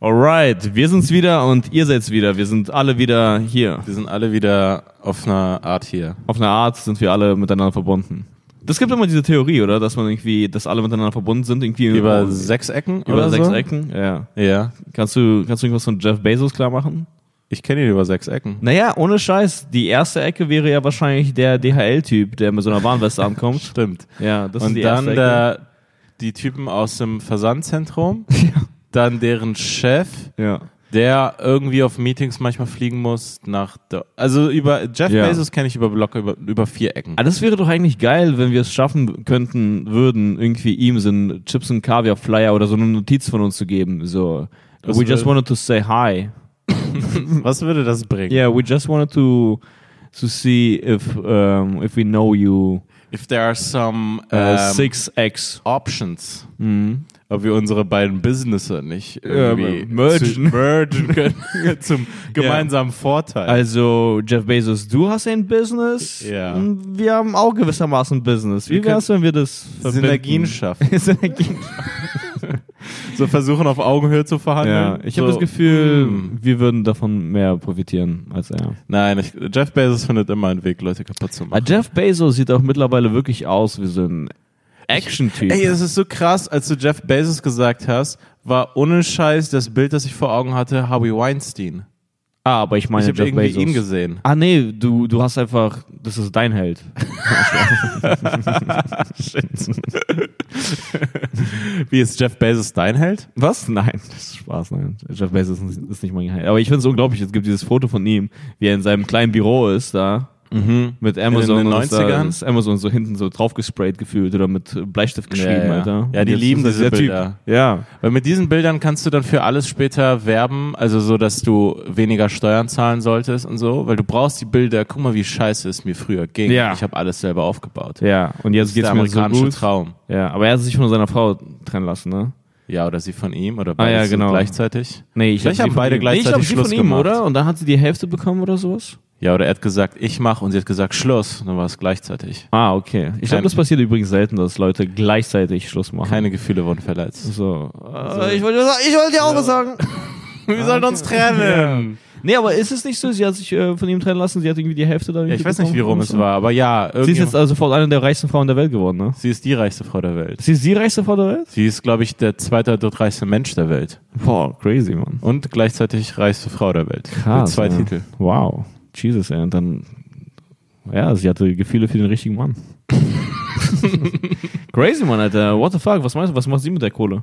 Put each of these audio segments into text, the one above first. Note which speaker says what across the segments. Speaker 1: Alright, wir sind's wieder und ihr seid's wieder. Wir sind alle wieder hier.
Speaker 2: Wir sind alle wieder auf einer Art hier.
Speaker 1: Auf eine Art sind wir alle miteinander verbunden. Das gibt immer diese Theorie, oder? Dass man irgendwie, dass alle miteinander verbunden sind, irgendwie
Speaker 2: Über
Speaker 1: über,
Speaker 2: sechs Ecken?
Speaker 1: über
Speaker 2: oder
Speaker 1: sechs
Speaker 2: so?
Speaker 1: Ecken. Ja.
Speaker 2: Ja,
Speaker 1: Kannst du, kannst du irgendwas von Jeff Bezos klar machen?
Speaker 2: ich kenne ihn über sechs Ecken.
Speaker 1: Naja, ohne Scheiß. Die erste Ecke wäre ja wahrscheinlich der DHL-Typ, der mit so einer Warnweste ankommt.
Speaker 2: Stimmt.
Speaker 1: Ja, das ist
Speaker 2: Und
Speaker 1: die
Speaker 2: dann
Speaker 1: erste
Speaker 2: der, die Typen aus dem Versandzentrum. Dann deren Chef,
Speaker 1: Ecke. Ja.
Speaker 2: der irgendwie auf Meetings manchmal fliegen muss nach... Do also über Jeff
Speaker 1: Ja.
Speaker 2: Bezos kenne ich über locker über, über vier Ecken.
Speaker 1: Aber Ah, das wäre doch eigentlich geil, wenn wir es schaffen könnten, würden, irgendwie ihm so einen Chips und Kaviar Flyer oder so eine Notiz von uns zu geben. So,
Speaker 2: Das
Speaker 1: we just
Speaker 2: wär-
Speaker 1: wanted to say hi.
Speaker 2: Was würde das bringen?
Speaker 1: Yeah, we just wanted to to see if um, if we know you.
Speaker 2: If there are some
Speaker 1: Uh,
Speaker 2: ähm,
Speaker 1: 6x.
Speaker 2: Options. Ob wir unsere beiden Businesses nicht irgendwie
Speaker 1: Ähm, mergen.
Speaker 2: zu- mergen können zum gemeinsamen Vorteil.
Speaker 1: Also, Jeff Bezos, du hast ein Business.
Speaker 2: Ja.
Speaker 1: Und wir haben auch gewissermaßen ein Business. Wie
Speaker 2: Wir können
Speaker 1: wär's, wenn wir das verbinden?
Speaker 2: Synergien schaffen.
Speaker 1: Synergien.
Speaker 2: So versuchen auf Augenhöhe zu
Speaker 1: Ja,
Speaker 2: verhandeln.
Speaker 1: ich habe
Speaker 2: so.
Speaker 1: das Gefühl,
Speaker 2: mm.
Speaker 1: wir würden davon mehr profitieren als er.
Speaker 2: Nein, ich, Jeff Bezos findet immer einen Weg, Leute kaputt zu
Speaker 1: Ah,
Speaker 2: machen.
Speaker 1: Jeff Bezos sieht auch mittlerweile wirklich aus wie so ein Action-Typ.
Speaker 2: Ey, es ist so krass, als du Jeff Bezos gesagt hast, war ohne Scheiß das Bild, das ich vor Augen hatte, Harvey Weinstein.
Speaker 1: Ah, aber ich meine
Speaker 2: Ich habe
Speaker 1: Jeff
Speaker 2: irgendwie
Speaker 1: Bezos.
Speaker 2: ihn gesehen.
Speaker 1: ah, nee, du, du hast einfach, das ist dein Held.
Speaker 2: Wie ist Jeff Bezos dein Held?
Speaker 1: Was? Nein, das ist Spaß, nein. Jeff Bezos ist nicht, ist nicht mein Held. Aber ich finde es unglaublich, es gibt dieses Foto von ihm, wie er in seinem kleinen Büro ist da. Mit Amazon
Speaker 2: Mhm. In den
Speaker 1: und ist da-
Speaker 2: 90ern?
Speaker 1: Ist Amazon so hinten so draufgesprayt gefühlt oder mit äh, Bleistift geschrieben,
Speaker 2: ja.
Speaker 1: Alter.
Speaker 2: Ja, die
Speaker 1: Jetzt
Speaker 2: lieben
Speaker 1: ist
Speaker 2: diese
Speaker 1: dieser
Speaker 2: Bilder.
Speaker 1: Typ. Ja.
Speaker 2: Weil mit diesen Bildern kannst du dann für alles später werben, also so, dass du weniger Steuern zahlen solltest und so, weil du brauchst die Bilder. Guck mal, wie scheiße es mir früher ging.
Speaker 1: Ja.
Speaker 2: Ich habe alles selber aufgebaut.
Speaker 1: Ja, und jetzt
Speaker 2: Das ist
Speaker 1: geht's
Speaker 2: der
Speaker 1: mir so
Speaker 2: amerikanische
Speaker 1: gut.
Speaker 2: Traum.
Speaker 1: Ja, aber er hat sich von seiner Frau trennen lassen, ne?
Speaker 2: Ja, oder sie von ihm oder
Speaker 1: ja,
Speaker 2: beide
Speaker 1: genau.
Speaker 2: gleichzeitig.
Speaker 1: Nee, ich
Speaker 2: Vielleicht
Speaker 1: hab
Speaker 2: haben
Speaker 1: sie
Speaker 2: beide
Speaker 1: von ihm. Nee, ich glaub,
Speaker 2: gleichzeitig
Speaker 1: sie von
Speaker 2: Schluss
Speaker 1: ihm,
Speaker 2: gemacht.
Speaker 1: oder? Und dann hat sie die Hälfte bekommen oder sowas?
Speaker 2: Ja, oder er hat gesagt, ich mach und sie hat gesagt, Schluss. Und dann war es gleichzeitig.
Speaker 1: Ah, okay. Ich glaube,
Speaker 2: Kein-
Speaker 1: das passiert übrigens selten, dass Leute gleichzeitig Schluss machen.
Speaker 2: Keine Gefühle wurden verletzt.
Speaker 1: so.
Speaker 2: Also,
Speaker 1: äh, Also, Ich wollte wollt dir auch was sagen.
Speaker 2: Wir sollen uns trennen.
Speaker 1: Nee, aber ist es nicht so, sie hat sich äh, von ihm trennen lassen, sie hat irgendwie die Hälfte da
Speaker 2: Ja, ich weiß nicht, wie rum
Speaker 1: bekommen?
Speaker 2: es war, aber ja.
Speaker 1: Sie ist
Speaker 2: irgendjemand-
Speaker 1: jetzt also sofort eine der reichsten Frauen der Welt geworden, ne?
Speaker 2: sie ist die reichste Frau der Welt.
Speaker 1: Sie ist die reichste Frau der Welt?
Speaker 2: Sie ist, glaube ich, der zweite, drittreichste Mensch der Welt.
Speaker 1: Boah, crazy, Mann.
Speaker 2: Und gleichzeitig reichste Frau der Welt. Mit zwei
Speaker 1: ja.
Speaker 2: Titel.
Speaker 1: Wow. Jesus, ey. Und dann, ja, sie hatte Gefühle für den richtigen Mann. crazy, Mann, Alter. What the fuck? Was meinst du, was macht sie mit der Kohle?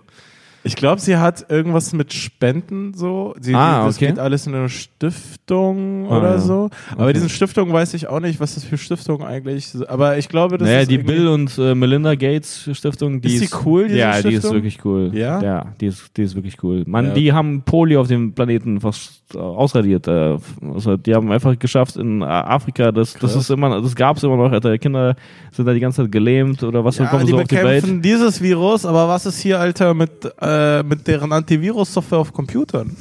Speaker 2: Ich glaube, sie hat irgendwas mit Spenden so. Sie,
Speaker 1: Ah,
Speaker 2: das
Speaker 1: okay.
Speaker 2: geht alles in eine Stiftung
Speaker 1: Ah,
Speaker 2: oder
Speaker 1: ja.
Speaker 2: so. Aber
Speaker 1: Okay.
Speaker 2: diesen Stiftung weiß ich auch nicht, was das für Stiftung eigentlich ist. Aber ich glaube, das
Speaker 1: naja,
Speaker 2: ist
Speaker 1: die
Speaker 2: irgendwie-
Speaker 1: Bill und äh, Melinda Gates Stiftung, die
Speaker 2: Ist
Speaker 1: ist,
Speaker 2: die cool, diese
Speaker 1: ja, die ist
Speaker 2: Stiftung?
Speaker 1: wirklich cool.
Speaker 2: Ja?
Speaker 1: ja die, ist, die ist wirklich cool. Man,
Speaker 2: Ja.
Speaker 1: Die haben Polio auf dem Planeten fast äh, ausradiert. Äh, also die haben einfach geschafft in äh, Afrika, das, das
Speaker 2: Krass.
Speaker 1: ist immer, das gab es immer noch. Alter. Kinder sind da die ganze Zeit gelähmt oder was und
Speaker 2: Ja,
Speaker 1: kommen
Speaker 2: die
Speaker 1: so auf die Welt.
Speaker 2: bekämpfen dieses Virus, aber was ist hier, Alter, mit, äh, mit deren Antivirus-Software auf Computern?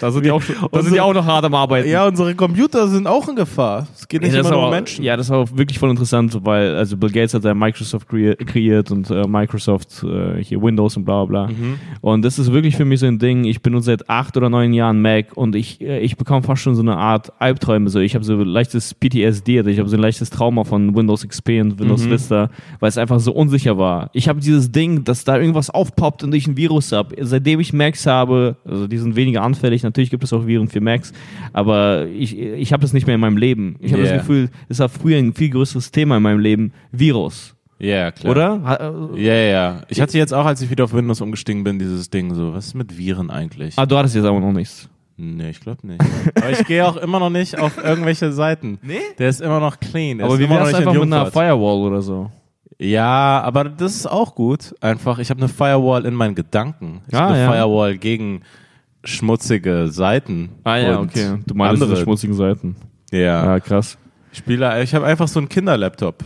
Speaker 1: Da sind die auch, schon- da
Speaker 2: unsere-
Speaker 1: noch hart am Arbeiten.
Speaker 2: Ja, unsere Computer sind auch in Gefahr. Es geht
Speaker 1: Ja,
Speaker 2: nicht
Speaker 1: das,
Speaker 2: immer
Speaker 1: ist
Speaker 2: nur um
Speaker 1: aber,
Speaker 2: Menschen.
Speaker 1: ja, das war auch wirklich voll interessant, weil also Bill Gates hat ja Microsoft kreier- kreiert und äh, Microsoft äh, hier Windows und bla bla. bla. Und das ist wirklich für mich so ein Ding. Ich benutze seit acht oder neun Jahren Mac und ich, äh, ich bekomme fast schon so eine Art Albträume. So. Ich habe so leichtes PTSD, also ich habe so ein leichtes Trauma von Windows XP und Windows Vista, weil es einfach so unsicher war. Ich habe dieses Ding, dass da irgendwas aufpoppt und ich ein Virus habe. Seitdem ich Macs habe, also die sind weniger anfällig, natürlich gibt es auch Viren für Macs, aber ich, ich habe das nicht mehr in meinem Leben. Ich habe
Speaker 2: Yeah.
Speaker 1: das Gefühl, es war früher ein viel größeres Thema in meinem Leben. Virus,
Speaker 2: Ja, klar.
Speaker 1: oder? Ha- äh,
Speaker 2: Ja, ja, ja. Ich hatte jetzt auch, als ich wieder auf Windows umgestiegen bin, dieses Ding so, was ist mit Viren eigentlich?
Speaker 1: Ah, du hattest jetzt aber noch nichts.
Speaker 2: Nee, ich glaube nicht. Aber ich gehe auch immer noch nicht auf irgendwelche Seiten. Nee? Der ist immer noch clean. Der
Speaker 1: Aber
Speaker 2: ist
Speaker 1: wie
Speaker 2: immer noch
Speaker 1: wär's
Speaker 2: nicht
Speaker 1: einfach
Speaker 2: in
Speaker 1: mit einer
Speaker 2: Jungfahrt.
Speaker 1: Firewall oder so?
Speaker 2: Ja, aber das ist auch gut. Einfach, ich habe eine Firewall in meinen Gedanken. Ich
Speaker 1: Ah,
Speaker 2: habe eine
Speaker 1: ja.
Speaker 2: Firewall gegen schmutzige Seiten. und
Speaker 1: Ah, Du meinst
Speaker 2: Ah, andere
Speaker 1: diese schmutzigen Seiten.
Speaker 2: Ja.
Speaker 1: Ja, krass.
Speaker 2: Ich Spiele, ich habe einfach so einen Kinderlaptop.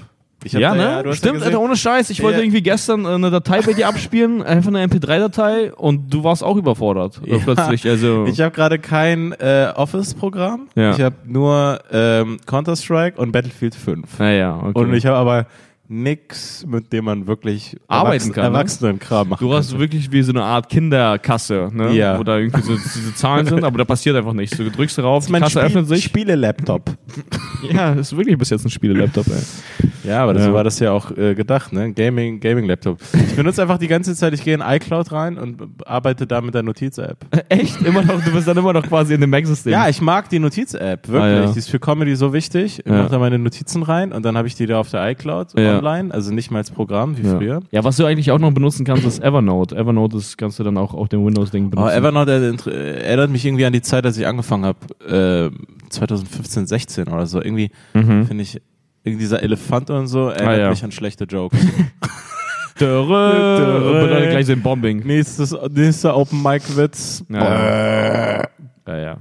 Speaker 2: Ich hab
Speaker 1: Ja,
Speaker 2: da-
Speaker 1: ne?
Speaker 2: du hast
Speaker 1: Stimmt,
Speaker 2: ja
Speaker 1: Alter,
Speaker 2: gesehen,
Speaker 1: ohne Scheiß. Ich wollte
Speaker 2: Ja.
Speaker 1: irgendwie gestern äh, eine Datei bei dir abspielen, einfach eine MP3-Datei und du warst auch überfordert. Äh,
Speaker 2: Ja.
Speaker 1: Plötzlich. Also,
Speaker 2: ich habe gerade kein äh, Office-Programm.
Speaker 1: Ja.
Speaker 2: Ich habe nur ähm, Counter-Strike und Battlefield 5.
Speaker 1: naja, okay.
Speaker 2: Und ich habe aber nix, mit dem man wirklich
Speaker 1: Arbeiten kann,
Speaker 2: Erwachs-
Speaker 1: ne?
Speaker 2: Erwachsenenkram machen
Speaker 1: Du hast wirklich wie so eine Art Kinderkasse, ne?
Speaker 2: Ja.
Speaker 1: wo da irgendwie so diese Zahlen sind, aber da passiert einfach nichts. Du drückst drauf, die
Speaker 2: mein
Speaker 1: Kasse
Speaker 2: Spiel
Speaker 1: öffnet sich.
Speaker 2: Spiele-Laptop.
Speaker 1: Ja, das ist wirklich bis jetzt ein Spiele-Laptop, ey.
Speaker 2: Ja, aber so
Speaker 1: Ja.
Speaker 2: war das ja auch äh, gedacht, ne? Gaming, Gaming-Laptop. Ich benutze einfach die ganze Zeit, ich gehe in iCloud rein und arbeite da mit der Notiz-App.
Speaker 1: Echt? Immer noch, du bist dann immer noch quasi in dem Mac-System.
Speaker 2: Ja, ich mag die Notiz-App, wirklich.
Speaker 1: Ah, ja.
Speaker 2: Die ist für Comedy so wichtig. Ich
Speaker 1: Ja.
Speaker 2: mache da meine Notizen rein und dann habe ich die da auf der iCloud
Speaker 1: Ja.
Speaker 2: online, also nicht mal als Programm wie
Speaker 1: ja.
Speaker 2: früher.
Speaker 1: ja, was du eigentlich auch noch benutzen kannst, ist Evernote. Evernote ist, kannst du dann auch auf dem Windows-Ding benutzen.
Speaker 2: Aber Evernote erinner- äh, erinnert mich irgendwie an die Zeit, als ich angefangen habe, äh, 2015, 16 oder so. Irgendwie finde ich, irgendwie dieser Elefant und so erinnert
Speaker 1: ja.
Speaker 2: mich an schlechte Jokes.
Speaker 1: Dörre, bedeutet gleich so ein Bombing.
Speaker 2: Nächstes, nächster Open-Mic-Witz.
Speaker 1: Ja. Ja, ja.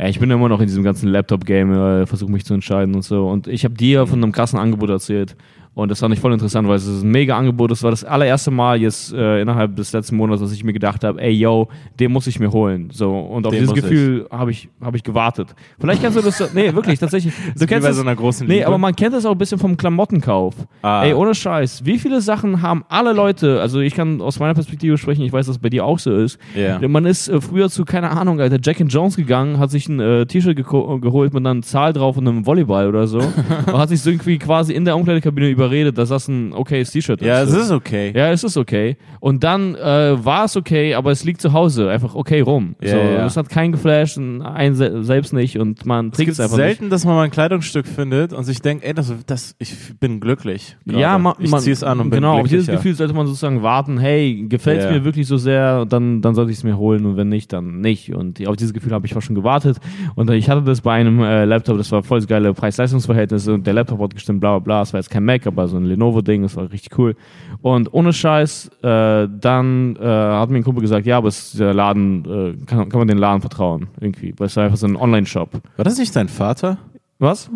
Speaker 1: Ja, ich bin immer noch in diesem ganzen Laptop-Game, äh, versuche mich zu entscheiden und so. Und ich habe dir von einem krassen Angebot erzählt. Und das fand ich voll interessant, weil es ist ein mega Angebot. Das war das allererste Mal jetzt äh, innerhalb des letzten Monats, dass ich mir gedacht habe, ey yo, den muss ich mir holen. So und auf
Speaker 2: Den
Speaker 1: dieses
Speaker 2: muss
Speaker 1: Gefühl habe ich habe ich gewartet. Vielleicht kannst du das, nee wirklich tatsächlich. Du
Speaker 2: Wie
Speaker 1: kennst
Speaker 2: bei
Speaker 1: das-
Speaker 2: so einer großen
Speaker 1: Nee,
Speaker 2: Liebe.
Speaker 1: aber man kennt das auch ein bisschen vom Klamottenkauf.
Speaker 2: Ah.
Speaker 1: Ey, ohne Scheiß. Wie viele Sachen haben alle Leute, also ich kann aus meiner Perspektive sprechen, ich weiß, dass es bei dir auch so ist.
Speaker 2: Ja.
Speaker 1: Man ist äh, früher zu, keine Ahnung, Alter, Jack and Jones gegangen, hat sich ein äh, T-Shirt geko- geholt mit einer Zahl drauf und einem Volleyball oder so. und hat sich so irgendwie quasi in der Umkleidekabine überredet, dass das ein okayes T-Shirt
Speaker 2: Ja,
Speaker 1: ist.
Speaker 2: es ist okay.
Speaker 1: Ja, es ist okay. Und dann äh, war es okay, aber es liegt zu Hause einfach okay rum.
Speaker 2: Ja,
Speaker 1: so,
Speaker 2: ja.
Speaker 1: Es hat keinen geflasht, und einen se selbst nicht und man
Speaker 2: Es
Speaker 1: trägt
Speaker 2: gibt
Speaker 1: es einfach
Speaker 2: selten, dass man mal ein Kleidungsstück findet und sich denkt, ey, das, das, ich bin glücklich.
Speaker 1: nicht. Ja, man,
Speaker 2: ich
Speaker 1: man,
Speaker 2: ziehe es an und bin
Speaker 1: genau, auf
Speaker 2: glücklicher.
Speaker 1: dieses Gefühl sollte man sozusagen warten, hey, gefällt es
Speaker 2: Ja.
Speaker 1: mir wirklich so sehr, dann, dann sollte ich es mir holen und wenn nicht, dann nicht. Und auf dieses Gefühl habe ich auch schon gewartet und ich hatte das bei einem äh, Laptop, das war voll das geile Preis-Leistungs-Verhältnis und der Laptop hat gestimmt, bla bla bla, es war jetzt kein Mac, aber so ein Lenovo-Ding, das war richtig cool. Und ohne Scheiß, äh, dann äh, hat mir ein Kumpel gesagt, ja, aber es, der Laden, äh, kann, kann man den Laden vertrauen, irgendwie, weil es war einfach so ein Online-Shop.
Speaker 2: War das nicht dein Vater?
Speaker 1: Was?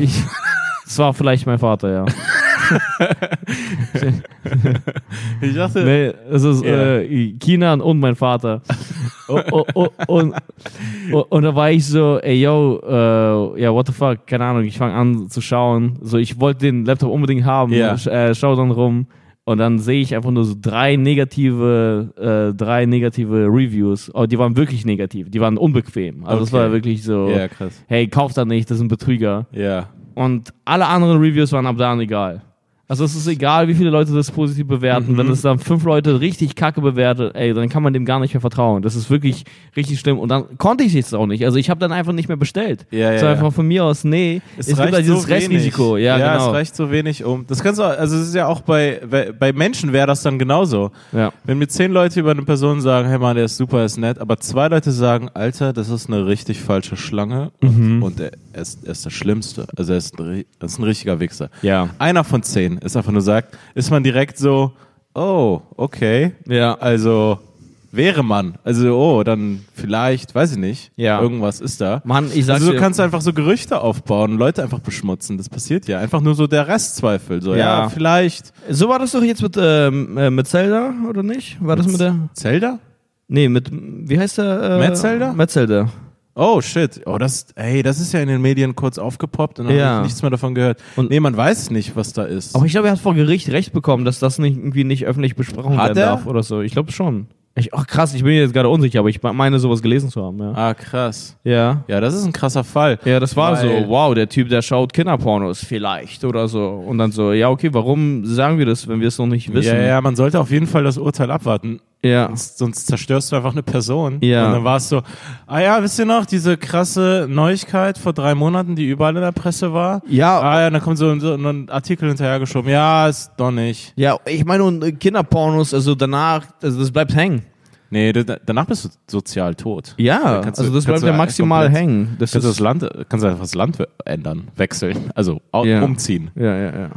Speaker 1: Ich, das war vielleicht mein Vater, ja.
Speaker 2: Ich dachte,
Speaker 1: Nee, es ist
Speaker 2: Ja.
Speaker 1: äh, Kinan und mein Vater. O- o- o- und, o- und da war ich so, ey, yo, äh, ja, what the fuck, keine Ahnung, ich fange an zu schauen. So, ich wollte den Laptop unbedingt haben,
Speaker 2: Ja.
Speaker 1: sch äh, schau dann rum. Und dann sehe ich einfach nur so drei negative, äh, drei negative Reviews. Aber die waren wirklich negativ, die waren unbequem. Also es
Speaker 2: Okay.
Speaker 1: war wirklich so,
Speaker 2: Ja, krass.
Speaker 1: hey, kauf da nicht, das sind Betrüger.
Speaker 2: ja.
Speaker 1: Und alle anderen Reviews waren ab dann egal. Also es ist egal, wie viele Leute das positiv bewerten.
Speaker 2: Mhm.
Speaker 1: Wenn es dann fünf Leute richtig kacke bewertet, ey, dann kann man dem gar nicht mehr vertrauen. Das ist wirklich richtig schlimm. Und dann konnte ich es jetzt auch nicht. Also ich habe dann einfach nicht mehr bestellt.
Speaker 2: Ja, ja,
Speaker 1: so
Speaker 2: ja.
Speaker 1: einfach von mir aus, nee, es, gibt halt dieses
Speaker 2: wenig.
Speaker 1: Restrisiko. Ja,
Speaker 2: ja
Speaker 1: genau.
Speaker 2: es reicht so wenig um. Das kannst du, auch- also es ist ja auch bei, bei- bei Menschen wäre das dann genauso.
Speaker 1: ja.
Speaker 2: Wenn mir zehn Leute über eine Person sagen, hey Mann, der ist super, ist nett, aber zwei Leute sagen, Alter, das ist eine richtig falsche Schlange und,
Speaker 1: Mhm.
Speaker 2: und er, er, ist, er ist der Schlimmste. Also er ist ein, ri- er ist ein richtiger Wichser.
Speaker 1: Ja.
Speaker 2: Einer von zehn ist einfach nur sagt, ist man direkt so, oh, okay.
Speaker 1: Ja.
Speaker 2: Also wäre man. Also, oh, dann vielleicht, weiß ich nicht.
Speaker 1: Ja.
Speaker 2: Irgendwas ist da.
Speaker 1: Mann, ich sag's
Speaker 2: Also du
Speaker 1: dir.
Speaker 2: kannst einfach so Gerüchte aufbauen, und Leute einfach beschmutzen. Das passiert ja. Einfach nur so der Restzweifel. So, ja,
Speaker 1: Ja.
Speaker 2: vielleicht.
Speaker 1: So war das doch jetzt mit, ähm, äh, mit Zelda, oder nicht? War das mit der.
Speaker 2: Zelda?
Speaker 1: Nee, mit. Wie heißt der? Äh,
Speaker 2: Metzelder?
Speaker 1: Metzelder.
Speaker 2: Oh shit. Oh, das, ey, das ist ja in den Medien kurz aufgepoppt und dann
Speaker 1: Ja.
Speaker 2: habe ich nichts mehr davon gehört.
Speaker 1: Und-
Speaker 2: nee, man weiß nicht, was da ist.
Speaker 1: Aber ich glaube, er hat vor Gericht recht bekommen, dass das nicht irgendwie nicht öffentlich besprochen
Speaker 2: Hat
Speaker 1: werden
Speaker 2: er?
Speaker 1: darf oder so. Ich glaube schon. Ich, ach krass, ich bin jetzt gerade unsicher, aber ich meine sowas gelesen zu haben, ja.
Speaker 2: ah, krass.
Speaker 1: Ja.
Speaker 2: Ja, das ist ein krasser Fall.
Speaker 1: Ja, das war
Speaker 2: Weil-
Speaker 1: so, wow, der Typ, der schaut Kinderpornos vielleicht oder so. Und dann so, ja, okay, warum sagen wir das, wenn wir es noch nicht wissen?
Speaker 2: Ja, ja, man sollte auf jeden Fall das Urteil abwarten.
Speaker 1: ja.
Speaker 2: Sonst, sonst zerstörst du einfach eine Person.
Speaker 1: Ja.
Speaker 2: Und dann war es so, ah ja, wisst ihr noch, diese krasse Neuigkeit vor drei Monaten, die überall in der Presse war?
Speaker 1: Ja.
Speaker 2: Ah ja, und dann kommt so ein, so ein Artikel hinterhergeschoben. Ja, ist doch nicht.
Speaker 1: Ja, ich meine, und äh, Kinderpornos, also danach, also das bleibt hängen.
Speaker 2: Nee, du, danach bist du sozial tot.
Speaker 1: Ja,
Speaker 2: Dann kannst du-
Speaker 1: also das
Speaker 2: kannst
Speaker 1: bleibt
Speaker 2: du
Speaker 1: ja maximal
Speaker 2: komplett-
Speaker 1: hängen. Das
Speaker 2: Kannst du das
Speaker 1: ist,
Speaker 2: Land, kannst du einfach das Land ändern, wechseln, also au-
Speaker 1: Ja.
Speaker 2: umziehen.
Speaker 1: ja, ja, ja.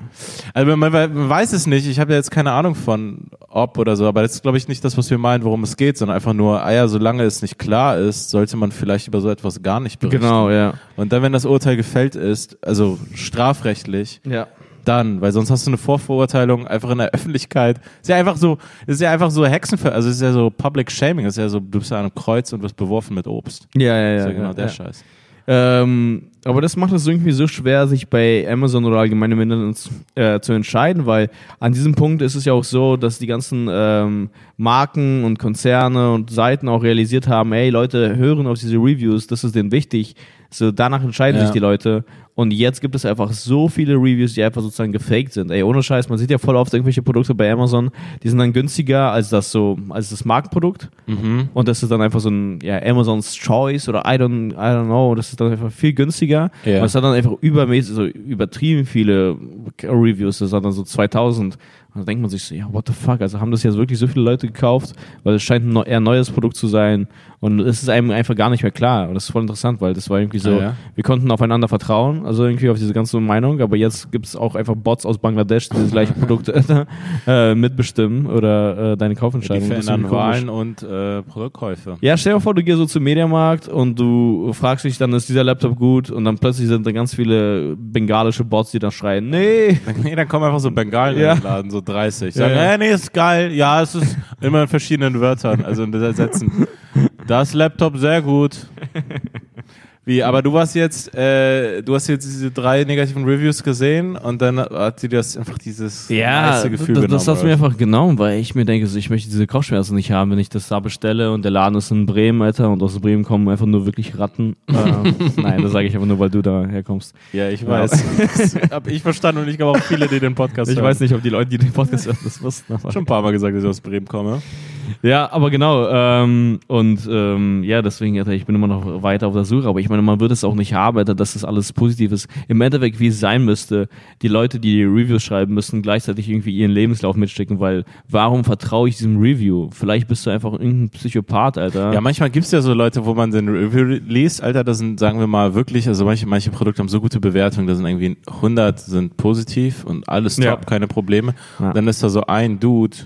Speaker 2: Also man, man man weiß es nicht, ich habe ja jetzt keine Ahnung von ob oder so, aber das ist glaube ich nicht das, was wir meinen, worum es geht, sondern einfach nur, ah ja, solange es nicht klar ist, sollte man vielleicht über so etwas gar nicht berichten.
Speaker 1: Genau, ja.
Speaker 2: Und dann, wenn das Urteil gefällt ist, also strafrechtlich,
Speaker 1: Ja.
Speaker 2: dann, weil sonst hast du eine Vorverurteilung einfach in der Öffentlichkeit. Ist ja einfach so, ist ja einfach so Hexenver, also ist ja so Public Shaming, ist ja so, du bist an einem Kreuz und wirst beworfen mit Obst.
Speaker 1: Ja, ja, ja.
Speaker 2: ist ja genau
Speaker 1: ja,
Speaker 2: der
Speaker 1: ja.
Speaker 2: Scheiß.
Speaker 1: Ähm, Aber das macht es irgendwie so schwer, sich bei Amazon oder allgemein im Internet äh, zu entscheiden, weil an diesem Punkt ist es ja auch so, dass die ganzen ähm, Marken und Konzerne und Seiten auch realisiert haben, ey, Leute hören auf diese Reviews, das ist denen wichtig. So, danach entscheiden
Speaker 2: Ja.
Speaker 1: sich die Leute. Und jetzt gibt es einfach so viele Reviews, die einfach sozusagen gefaked sind. Ey, ohne Scheiß, man sieht ja voll oft irgendwelche Produkte bei Amazon, die sind dann günstiger als das so, als das Markenprodukt. Und das ist dann einfach so ein ja, Amazon's Choice oder I don't, I don't know. Das ist dann einfach viel günstiger.
Speaker 2: Ja.
Speaker 1: Und es hat dann einfach übermäßig, so übertrieben viele Reviews. Das hat dann so 2000. Und dann denkt man sich so, ja, what the fuck? Also haben das jetzt wirklich so viele Leute gekauft? Weil es scheint ein neu- eher neues Produkt zu sein. Und es ist einem einfach gar nicht mehr klar. Und das ist voll interessant, weil das war irgendwie so,
Speaker 2: Ah, ja.
Speaker 1: wir konnten aufeinander vertrauen, also irgendwie auf diese ganze Meinung. Aber jetzt gibt es auch einfach Bots aus Bangladesch, die das gleiche Produkt äh, mitbestimmen oder äh, deine
Speaker 2: Die
Speaker 1: Kaufentscheidung. Das ist
Speaker 2: verändern
Speaker 1: irgendwie komisch.
Speaker 2: Wahlen und äh, Produktkäufe.
Speaker 1: Ja, stell dir vor, du gehst so zum Mediamarkt und du fragst dich dann, ist dieser Laptop gut? Und dann plötzlich sind da ganz viele bengalische Bots, die dann schreien, nee.
Speaker 2: Nee, dann kommen einfach so Bengalen
Speaker 1: Ja.
Speaker 2: in den Laden, so 30. Sagen,
Speaker 1: Ja, ja.
Speaker 2: "Äh, nee, ist geil. Ja, es ist immer in verschiedenen Wörtern, also in Sätzen. Das Laptop sehr gut. Wie, aber du warst jetzt, äh, du hast jetzt diese drei negativen Reviews gesehen und dann hat dir das einfach dieses nice Gefühl
Speaker 1: das,
Speaker 2: genommen.
Speaker 1: das hat's mir einfach genommen, weil ich mir denke, so, ich möchte diese Kopfschmerzen nicht haben, wenn ich das da bestelle und der Laden ist in Bremen, Alter, und aus Bremen kommen einfach nur wirklich Ratten. ähm, nein, das sage ich einfach nur, weil du da herkommst.
Speaker 2: ja, ich weiß. Das hab ich verstanden und ich glaube auch viele, die den Podcast
Speaker 1: Ich
Speaker 2: hören.
Speaker 1: weiß nicht, ob die Leute, die den Podcast hören, das wussten. Aber.
Speaker 2: Schon ein paar Mal gesagt, dass ich aus Bremen komme.
Speaker 1: Ja, aber genau. Ähm, und ähm, ja, deswegen, Alter, ich bin immer noch weiter auf der Suche. Aber ich meine, man wird es auch nicht haben, Alter, dass das alles positiv ist. Im Endeffekt, wie es sein müsste, die Leute, die die Reviews schreiben, müssen gleichzeitig irgendwie ihren Lebenslauf mitstecken, weil warum vertraue ich diesem Review? Vielleicht bist du einfach irgendein Psychopath, Alter.
Speaker 2: Ja, manchmal gibt's ja so Leute, wo man den Review liest, Alter, das sind, sagen wir mal, wirklich, also manche, manche Produkte haben so gute Bewertungen, da sind irgendwie 100 sind positiv und alles top,
Speaker 1: Ja.
Speaker 2: keine Probleme.
Speaker 1: Ja.
Speaker 2: Und dann ist da so ein Dude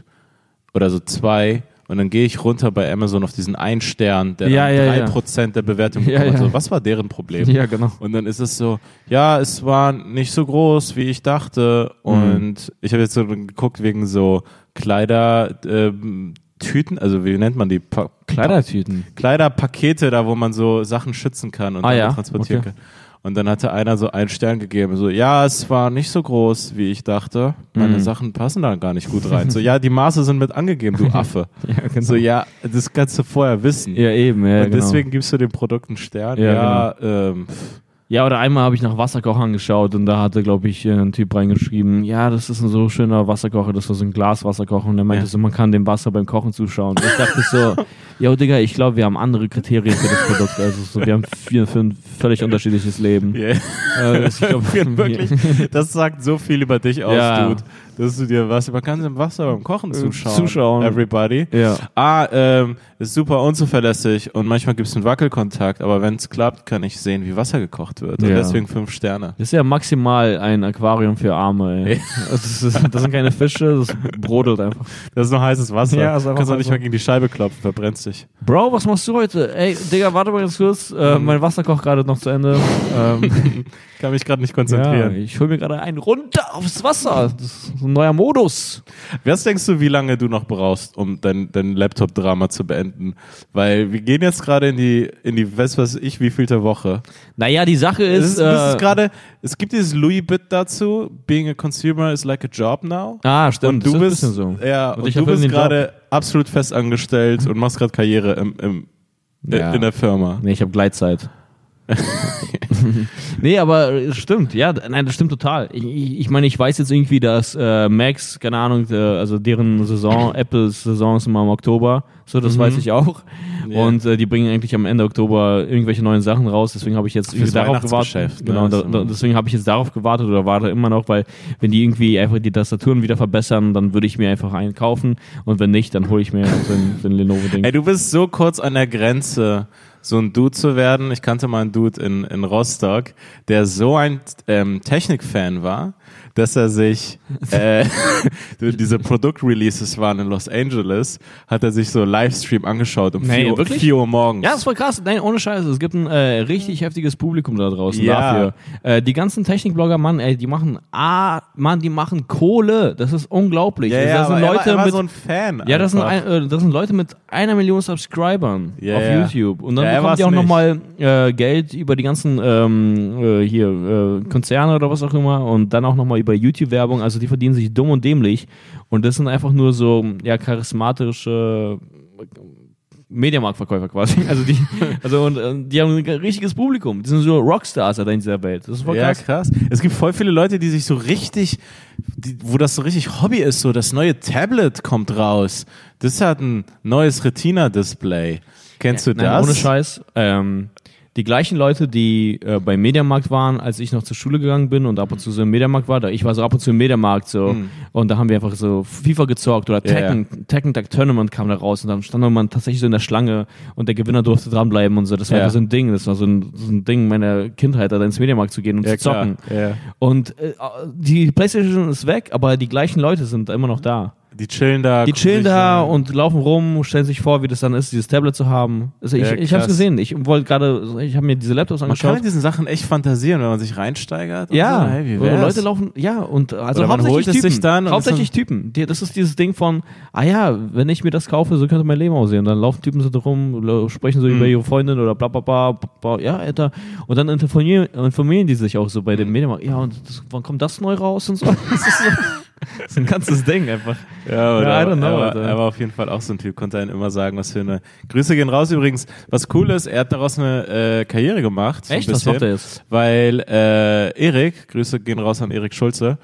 Speaker 2: oder so zwei und dann gehe ich runter bei Amazon auf diesen einen Stern, der
Speaker 1: Ja,
Speaker 2: dann
Speaker 1: ja,
Speaker 2: 3% der Bewertung
Speaker 1: Ja,
Speaker 2: bekommt.
Speaker 1: ja.
Speaker 2: So, was war deren Problem?
Speaker 1: Ja, genau.
Speaker 2: Und dann ist es so, ja, es war nicht so groß, wie ich dachte.
Speaker 1: Mhm.
Speaker 2: Und ich habe jetzt so geguckt wegen so Kleider, ähm, Tüten, also wie nennt man die? Pa
Speaker 1: Kleidertüten.
Speaker 2: Kleiderpakete da, wo man so Sachen schützen kann und
Speaker 1: Ah,
Speaker 2: damit
Speaker 1: ja?
Speaker 2: transportieren
Speaker 1: Okay.
Speaker 2: kann. Und dann hatte einer so einen Stern gegeben, so, ja, es war nicht so groß, wie ich dachte.
Speaker 1: Mhm.
Speaker 2: Meine Sachen passen da gar nicht gut rein. So, ja, die Maße sind mit angegeben, du Affe.
Speaker 1: Ja, genau.
Speaker 2: So, ja, das kannst du vorher wissen.
Speaker 1: Ja, eben. Ja,
Speaker 2: und
Speaker 1: genau.
Speaker 2: deswegen gibst du dem Produkt einen Stern.
Speaker 1: Ja, genau.
Speaker 2: Ja, ähm, pff,
Speaker 1: Ja, oder einmal habe ich nach Wasserkochern geschaut und da hatte, glaube ich, äh, ein Typ reingeschrieben, ja, das ist ein so schöner Wasserkocher, das war so ein Glaswasserkocher und er meinte
Speaker 2: Ja.
Speaker 1: so, man kann dem Wasser beim Kochen zuschauen. Und ich dachte so, ja, Digga, ich glaube, wir haben andere Kriterien für das Produkt. Also so, wir haben vier, fünf völlig unterschiedliches Leben.
Speaker 2: yeah.
Speaker 1: Äh, ich glaub,
Speaker 2: wirklich, das sagt so viel über dich aus,
Speaker 1: Ja. Äh,
Speaker 2: Dude. Dass du dir was, man kann dem Wasser beim Kochen zuschauen.
Speaker 1: zuschauen.
Speaker 2: Everybody.
Speaker 1: Ja.
Speaker 2: Ah, ähm, ist super unzuverlässig und manchmal gibt es einen Wackelkontakt, aber wenn es klappt, kann ich sehen, wie Wasser gekocht wird. Und
Speaker 1: Ja.
Speaker 2: deswegen fünf Sterne.
Speaker 1: Das ist ja maximal ein Aquarium für Arme, ey. Also, das, ist, das sind keine Fische, das brodelt einfach.
Speaker 2: Das ist noch heißes Wasser.
Speaker 1: Ja, ist einfach
Speaker 2: Kannst du nicht
Speaker 1: Wasser.
Speaker 2: mal gegen die Scheibe klopfen, verbrennst dich.
Speaker 1: Bro, was machst du heute? Ey, Digga, warte mal ganz kurz, äh,
Speaker 2: Ähm.
Speaker 1: mein Wasser kocht gerade noch zu Ende. Ähm,
Speaker 2: Kann mich gerade nicht
Speaker 1: Ja,
Speaker 2: konzentrieren.
Speaker 1: ich hole mir gerade einen runter aufs Wasser. Das ist ein neuer Modus.
Speaker 2: Was denkst du, wie lange du noch brauchst, um dein, dein Laptop-Drama zu beenden? Weil wir gehen jetzt gerade in die, in die, was weiß ich, wievielte Woche.
Speaker 1: Naja, die Sache
Speaker 2: Es,
Speaker 1: ist.
Speaker 2: ist, das ist
Speaker 1: äh,
Speaker 2: gerade, es gibt dieses Louis-Bit dazu, being a consumer is like a job now.
Speaker 1: ah, stimmt.
Speaker 2: Und du
Speaker 1: das ist
Speaker 2: bist,
Speaker 1: ein bisschen so. Also
Speaker 2: ja, und
Speaker 1: ich
Speaker 2: du
Speaker 1: hab halt
Speaker 2: bist
Speaker 1: irgendwie einen
Speaker 2: gerade absolut fest angestellt und machst gerade Karriere im, im, äh,
Speaker 1: Ja.
Speaker 2: in der Firma.
Speaker 1: Nee, ich habe Gleitzeit. nee, aber es stimmt, ja, nein, das stimmt total. Ich, ich, ich meine, ich weiß jetzt irgendwie, dass äh, Max, keine Ahnung, äh, also deren Saison, Apples Saison ist immer im Oktober, so das weiß ich auch.
Speaker 2: Mhm. Ja.
Speaker 1: Und äh, die bringen eigentlich am Ende Oktober irgendwelche neuen Sachen raus, deswegen habe ich jetzt irgendwie darauf gewartet.
Speaker 2: Weihnachtsgeschäft, ne?
Speaker 1: Genau, da,
Speaker 2: Ist
Speaker 1: da,
Speaker 2: immer-
Speaker 1: deswegen habe ich jetzt darauf gewartet oder warte immer noch, weil wenn die irgendwie einfach die Tastaturen wieder verbessern, dann würde ich mir einfach einen kaufen und wenn nicht, dann hole ich mir so ein, so ein Lenovo-Ding.
Speaker 2: Ey, du bist so kurz an der Grenze, so ein Dude zu werden. Ich kannte mal einen Dude in, in Rostock, der so ein ähm, Technik-Fan war, dass er sich, äh, diese Produktreleases waren in Los Angeles, hat er sich so Livestream angeschaut um
Speaker 1: Nee,
Speaker 2: 4 Uhr,
Speaker 1: wirklich?
Speaker 2: 4 Uhr morgens.
Speaker 1: Ja, das war krass. Nein, ohne Scheiße. Es gibt ein äh, richtig heftiges Publikum da draußen
Speaker 2: Ja.
Speaker 1: dafür. Äh, die ganzen Technikblogger, Mann, ey, die machen, ah, Mann, die machen Kohle. Das ist unglaublich.
Speaker 2: ja,
Speaker 1: Also,
Speaker 2: ja,
Speaker 1: das sind
Speaker 2: aber er war,
Speaker 1: Leute
Speaker 2: er war
Speaker 1: mit,
Speaker 2: so ein Fan.
Speaker 1: ja, das sind,
Speaker 2: einfach.
Speaker 1: ein, äh, das sind Leute mit einer Million Subscribern
Speaker 2: Ja,
Speaker 1: auf
Speaker 2: ja.
Speaker 1: YouTube. Und dann
Speaker 2: Ja, er
Speaker 1: bekommen die auch
Speaker 2: war's
Speaker 1: nochmal äh, Geld über die ganzen ähm, äh, hier äh, Konzerne oder was auch immer und dann auch nochmal über YouTube-Werbung. Also die verdienen sich dumm und dämlich. Und das sind einfach nur so ja, charismatische äh, Mediamarktverkäufer quasi. Also die, also und äh, die haben ein richtiges Publikum. Die sind so Rockstars Alter, in dieser Welt. Das ist voll
Speaker 2: ja,
Speaker 1: krass.
Speaker 2: krass. Es gibt voll viele Leute, die sich so richtig, die, wo das so richtig Hobby ist, so das neue Tablet kommt raus. Das hat ein neues Retina-Display. Kennst du
Speaker 1: Nein,
Speaker 2: das?
Speaker 1: ohne Scheiß. Ähm, die gleichen Leute, die äh, beim Mediamarkt waren, als ich noch zur Schule gegangen bin und ab und zu so im Mediamarkt war, da ich war so ab und zu im Mediamarkt so und da haben wir einfach so FIFA gezockt oder
Speaker 2: Hm. Ja,
Speaker 1: Tekken, Tekken Tag Tournament kam da raus und dann stand man tatsächlich so in der Schlange und der Gewinner durfte dranbleiben und so. Das war
Speaker 2: Ja.
Speaker 1: einfach so ein Ding, das war so ein, so ein Ding meiner Kindheit, da ins Mediamarkt zu gehen und
Speaker 2: Ja,
Speaker 1: zu zocken.
Speaker 2: klar. Ja.
Speaker 1: Und äh, die Playstation ist weg, aber die gleichen Leute sind immer noch da.
Speaker 2: Die chillen da.
Speaker 1: Die
Speaker 2: gucken
Speaker 1: chillen
Speaker 2: sich äh,
Speaker 1: da
Speaker 2: an.
Speaker 1: und laufen rum, stellen sich vor, wie das dann ist, dieses Tablet zu haben. Also ich
Speaker 2: Ja,
Speaker 1: ich habe es
Speaker 2: krass.
Speaker 1: gesehen. Ich wollte gerade, ich habe mir diese Laptops
Speaker 2: Man kann
Speaker 1: angeschaut.
Speaker 2: mit diesen Sachen echt fantasieren, wenn man sich reinsteigert. und
Speaker 1: ja,
Speaker 2: so, hey, wie
Speaker 1: wo
Speaker 2: wär's?
Speaker 1: Leute laufen, ja, und also
Speaker 2: Oder man
Speaker 1: hauptsächlich
Speaker 2: holt es
Speaker 1: Typen,
Speaker 2: sich dann und
Speaker 1: hauptsächlich Typen. Die, das ist dieses Ding von, ah ja, wenn ich mir das kaufe, so könnte mein Leben aussehen. Dann laufen Typen so rum, lo- sprechen
Speaker 2: Mhm.
Speaker 1: so über ihre Freundin oder bla bla bla, bla, bla ja, Alter. Und dann informieren, informieren die sich auch so bei dem
Speaker 2: Mhm.
Speaker 1: Medienmarkt. Ja, und das, wann kommt das neu raus und so. Das ist, so, das ist ein ganzes Ding einfach.
Speaker 2: Ja, oder?
Speaker 1: Ja, I don't know,
Speaker 2: er, war,
Speaker 1: Alter.
Speaker 2: er war auf jeden Fall auch so ein Typ, konnte einem immer sagen, was für eine. Grüße gehen raus übrigens. Was cool ist, er hat daraus eine äh, Karriere gemacht. So
Speaker 1: Echt?
Speaker 2: Ein
Speaker 1: Was
Speaker 2: bisschen,
Speaker 1: macht er jetzt?
Speaker 2: Weil äh, Erik, Grüße gehen raus an Erik Schulze.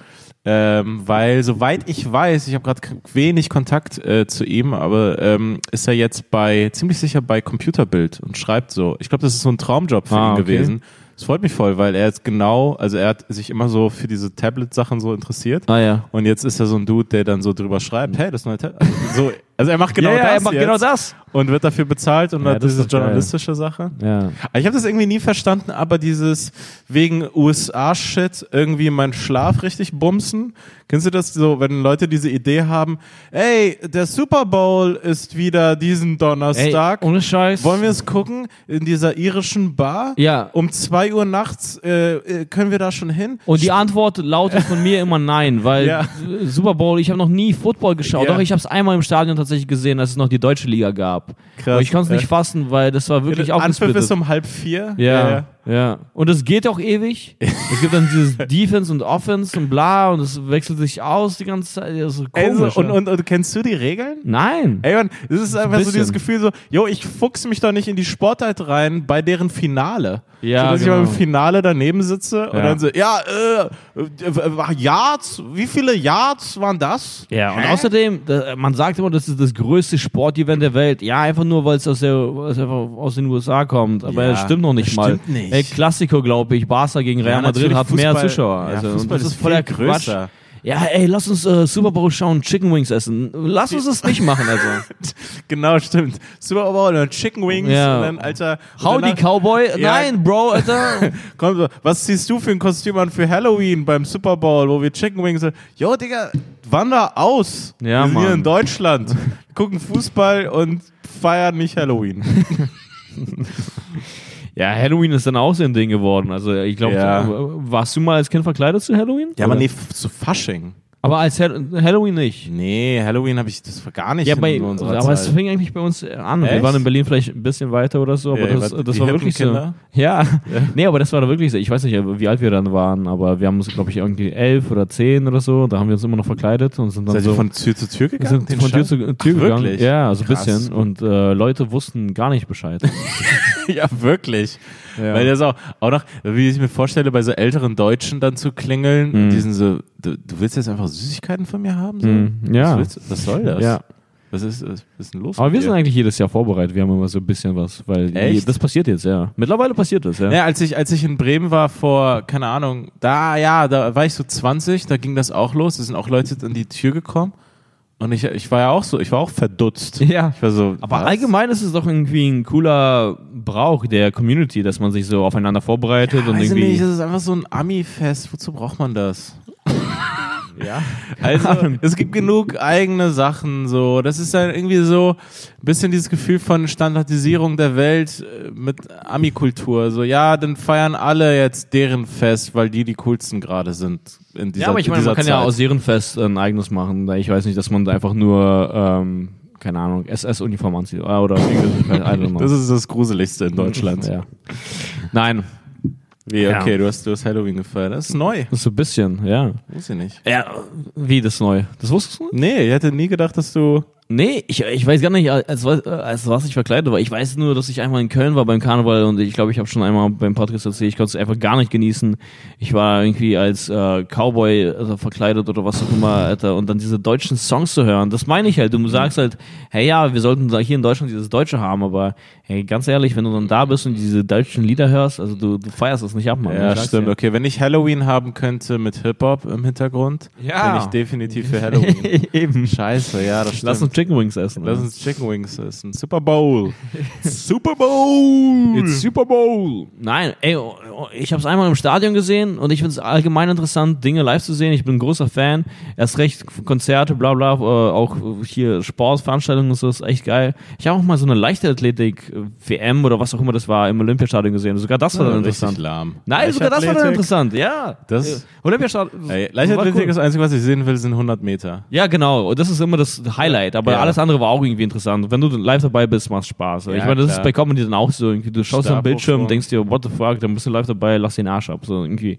Speaker 2: Ähm, weil, soweit ich weiß, ich habe gerade k- wenig Kontakt äh, zu ihm, aber ähm, ist er jetzt bei, ziemlich sicher bei Computerbild und schreibt so. Ich glaube, das ist so ein Traumjob für
Speaker 1: Ah,
Speaker 2: ihn
Speaker 1: okay.
Speaker 2: gewesen. Das freut mich voll, weil er jetzt genau, also er hat sich immer so für diese Tablet-Sachen so interessiert.
Speaker 1: Ah ja.
Speaker 2: Und jetzt ist er so ein Dude, der dann so drüber schreibt, hey, das neue Tablet. So, also er macht genau
Speaker 1: ja,
Speaker 2: das
Speaker 1: ja, er macht
Speaker 2: jetzt
Speaker 1: genau das.
Speaker 2: und wird dafür bezahlt und
Speaker 1: Ja,
Speaker 2: hat
Speaker 1: das ist
Speaker 2: diese
Speaker 1: doch geil.
Speaker 2: journalistische Sache.
Speaker 1: Ja.
Speaker 2: Aber Ich habe das irgendwie nie verstanden, aber dieses wegen USA-Shit irgendwie meinen Schlaf richtig bumsen. Kennst du das so, wenn Leute diese Idee haben, ey, der Super Bowl ist wieder diesen
Speaker 1: Ey,
Speaker 2: Donnerstag.
Speaker 1: ohne Scheiß.
Speaker 2: wollen wir es gucken in dieser irischen Bar?
Speaker 1: Ja.
Speaker 2: Um 2 Uhr nachts äh, äh, können wir da schon hin?
Speaker 1: Und die Antwort lautet von mir immer nein, weil
Speaker 2: Ja.
Speaker 1: Super Bowl, ich habe noch nie Football geschaut.
Speaker 2: Ja.
Speaker 1: Doch, ich habe es einmal im Stadion tatsächlich gesehen, dass es noch die deutsche Liga gab.
Speaker 2: Krass.
Speaker 1: Aber ich konnte es nicht
Speaker 2: Ja.
Speaker 1: fassen, weil das war wirklich
Speaker 2: Anpfiff ist
Speaker 1: aufgesplittet.
Speaker 2: um halb vier.
Speaker 1: Ja, ja. Und es geht auch ewig. es gibt dann dieses Defense und Offense und bla und es wechselt sich aus die ganze Zeit. Das ist so
Speaker 2: Ey, so,
Speaker 1: komisch.
Speaker 2: und,
Speaker 1: ja.
Speaker 2: und, und kennst du die Regeln?
Speaker 1: nein.
Speaker 2: Ey, man, es ist einfach so
Speaker 1: bisschen.
Speaker 2: dieses Gefühl so, yo, ich fuchs mich doch nicht in die Sportart rein bei deren Finale.
Speaker 1: Ja,
Speaker 2: so, dass
Speaker 1: genau.
Speaker 2: ich beim Finale daneben sitze und
Speaker 1: Ja.
Speaker 2: dann so, ja, äh, äh, Yards, wie viele Yards waren das?
Speaker 1: Ja, und außerdem, da, man sagt immer, das ist das größte Sportevent der Welt. Ja, einfach nur, weil es aus, der- weil es einfach aus den USA kommt. Aber
Speaker 2: Ja,
Speaker 1: das stimmt noch nicht
Speaker 2: das
Speaker 1: mal.
Speaker 2: stimmt nicht.
Speaker 1: Ey, Klassiko, glaube ich, Barca gegen Real
Speaker 2: Ja,
Speaker 1: Madrid
Speaker 2: natürlich,
Speaker 1: hat mehr
Speaker 2: Fußball-
Speaker 1: Zuschauer.
Speaker 2: ja,
Speaker 1: Also, und
Speaker 2: Fußball
Speaker 1: das
Speaker 2: ist
Speaker 1: ist voller
Speaker 2: viel
Speaker 1: Quatsch.
Speaker 2: größer.
Speaker 1: Ja, ey, lass uns äh, Super Bowl schauen, Chicken Wings essen. Lass uns das nicht machen, also.
Speaker 2: Genau, stimmt. Super Bowl und dann Chicken Wings
Speaker 1: Ja.
Speaker 2: und dann, Alter. und
Speaker 1: Howdy,
Speaker 2: danach-
Speaker 1: Cowboy.
Speaker 2: Ja.
Speaker 1: Nein, Bro, Alter.
Speaker 2: Komm, so, was ziehst du für ein Kostüm an für Halloween beim Super Bowl, wo wir Chicken Wings sind? Jo, Digga, wander aus.
Speaker 1: Ja,
Speaker 2: wir sind hier
Speaker 1: Mann.
Speaker 2: in Deutschland, gucken Fußball und feiern nicht Halloween.
Speaker 1: ja, Halloween ist dann auch so ein Ding geworden. Also, ich glaube,
Speaker 2: Ja.
Speaker 1: warst du mal als Kind verkleidet zu Halloween?
Speaker 2: Ja, aber
Speaker 1: Oder?
Speaker 2: nee, zu Fasching.
Speaker 1: Aber als Hall Halloween nicht.
Speaker 2: Nee, Halloween habe ich das war gar nicht
Speaker 1: Ja,
Speaker 2: in
Speaker 1: bei,
Speaker 2: unserer
Speaker 1: aber es
Speaker 2: Zeit.
Speaker 1: fing eigentlich bei uns äh, an. Wir
Speaker 2: Echt?
Speaker 1: waren in Berlin vielleicht ein bisschen weiter oder so, aber
Speaker 2: Ja, ihr
Speaker 1: das,
Speaker 2: wart
Speaker 1: das
Speaker 2: die
Speaker 1: war
Speaker 2: hippen
Speaker 1: wirklich
Speaker 2: Kinder?
Speaker 1: so. Ja. nee, aber das war da wirklich so. Ich weiß nicht, äh, wie alt wir dann waren, aber wir haben uns, glaube ich, irgendwie elf oder zehn oder so. Da haben wir uns immer noch verkleidet und sind dann
Speaker 2: Seid
Speaker 1: so
Speaker 2: ihr von Tür zu Tür
Speaker 1: Also wir
Speaker 2: gegangen?
Speaker 1: sind
Speaker 2: Den
Speaker 1: von Tür
Speaker 2: Scheiß?
Speaker 1: zu Tür
Speaker 2: Ach,
Speaker 1: gegangen.
Speaker 2: Wirklich?
Speaker 1: Ja, so ein
Speaker 2: Krass.
Speaker 1: bisschen. Und äh, Leute wussten gar nicht Bescheid.
Speaker 2: ja, wirklich.
Speaker 1: Ja.
Speaker 2: Weil das auch, auch noch, wie ich mir vorstelle, bei so älteren Deutschen dann zu klingeln,
Speaker 1: Mhm.
Speaker 2: und die sind so, du, du willst jetzt einfach Süßigkeiten von mir haben? So?
Speaker 1: Mm, ja.
Speaker 2: Was, willst, du? was soll das?
Speaker 1: ja.
Speaker 2: Was ist, was ist denn los?
Speaker 1: Aber
Speaker 2: mit
Speaker 1: wir
Speaker 2: dir?
Speaker 1: sind eigentlich jedes Jahr vorbereitet. Wir haben immer so ein bisschen was, weil
Speaker 2: Echt?
Speaker 1: das passiert jetzt, ja. Mittlerweile passiert das, ja.
Speaker 2: Ja, als ich, als ich in Bremen war vor, keine Ahnung, da, ja, da war ich so 20, da ging das auch los. Es sind auch Leute an die Tür gekommen. Und ich, ich war ja auch so, ich war auch verdutzt.
Speaker 1: Ja.
Speaker 2: Ich war so,
Speaker 1: Aber
Speaker 2: was?
Speaker 1: allgemein ist es doch irgendwie ein cooler Brauch der Community, dass man sich so aufeinander vorbereitet und
Speaker 2: Weiß ich
Speaker 1: irgendwie.
Speaker 2: nicht, das ist einfach so ein Ami-Fest. Wozu braucht man das?
Speaker 1: Ja.
Speaker 2: Also, es gibt genug eigene Sachen so. Das ist dann irgendwie so ein bisschen dieses Gefühl von Standardisierung der Welt äh, mit Ami-Kultur. So, ja, dann feiern alle jetzt deren Fest, weil die die coolsten gerade sind in dieser
Speaker 1: ja, aber ich
Speaker 2: in
Speaker 1: meine,
Speaker 2: dieser
Speaker 1: man kann
Speaker 2: Zeit.
Speaker 1: ja aus Serienfest ein eigenes machen. Da Ich weiß nicht, dass man da einfach nur, ähm, keine Ahnung, SS-Uniform anzieht. Ah, Oder, oder I don't know.
Speaker 2: Das ist das Gruseligste in Deutschland.
Speaker 1: Ja. Nein,
Speaker 2: Wie,
Speaker 1: Ja.
Speaker 2: okay, du hast, du hast Halloween gefeiert. Das ist neu.
Speaker 1: das ist so ein bisschen, ja.
Speaker 2: Wusste ich nicht.
Speaker 1: Ja, wie das neu? Das wusstest du nicht?
Speaker 2: Nee, ich hätte nie gedacht, dass du.
Speaker 1: Nee, ich, ich weiß gar nicht, als, was- als was ich verkleidet war. Ich weiß nur, dass ich einmal in Köln war beim Karneval und ich glaube, ich habe schon einmal beim Podcast erzählt, ich konnte es einfach gar nicht genießen. Ich war irgendwie als äh, Cowboy also verkleidet oder was auch immer, Alter, und dann diese deutschen Songs zu hören. Das meine ich halt. Du sagst halt, hey ja, wir sollten da hier in Deutschland dieses Deutsche haben, aber hey, ganz ehrlich, wenn du dann da bist und diese deutschen Lieder hörst, also du, du feierst das nicht ab, Mann.
Speaker 2: Ja,
Speaker 1: Ich sag's
Speaker 2: stimmt.
Speaker 1: dir.
Speaker 2: Okay, wenn ich Halloween haben könnte mit Hip-Hop im Hintergrund,
Speaker 1: Ja.
Speaker 2: bin ich definitiv für Halloween.
Speaker 1: Eben.
Speaker 2: Scheiße, ja, das stimmt.
Speaker 1: Lass uns Chicken Wings essen.
Speaker 2: Lass
Speaker 1: Alter.
Speaker 2: uns Chicken Wings essen. Super Bowl. Super Bowl.
Speaker 1: It's Super Bowl. Nein, ey, oh, oh, ich habe es einmal im Stadion gesehen und ich finde es allgemein interessant, Dinge live zu sehen. Ich bin ein großer Fan. Erst recht Konzerte, bla bla, äh, auch hier Sportveranstaltungen und so, ist echt geil. Ich habe auch mal so eine Leichtathletik-WM oder was auch immer das war im Olympiastadion gesehen. Sogar das war
Speaker 2: Ja,
Speaker 1: dann
Speaker 2: richtig
Speaker 1: interessant.
Speaker 2: Lahm.
Speaker 1: Nein, sogar das war dann
Speaker 2: Leichtathletik.
Speaker 1: interessant, ja.
Speaker 2: Das-
Speaker 1: Äh, Olympiastadion.
Speaker 2: Ey, Leichtathletik
Speaker 1: war cool.
Speaker 2: ist das Einzige, was ich sehen will, sind 100 Meter.
Speaker 1: Ja, genau. Und das ist immer das Highlight. Aber
Speaker 2: Ja.
Speaker 1: alles andere war auch irgendwie interessant. Wenn du live dabei bist, macht Spaß. ich meine, das
Speaker 2: klar.
Speaker 1: ist bei Comedy dann auch so. Irgendwie, du schaust am Bildschirm, denkst dir, what the fuck, dann bist du live dabei, lass den Arsch ab. So irgendwie.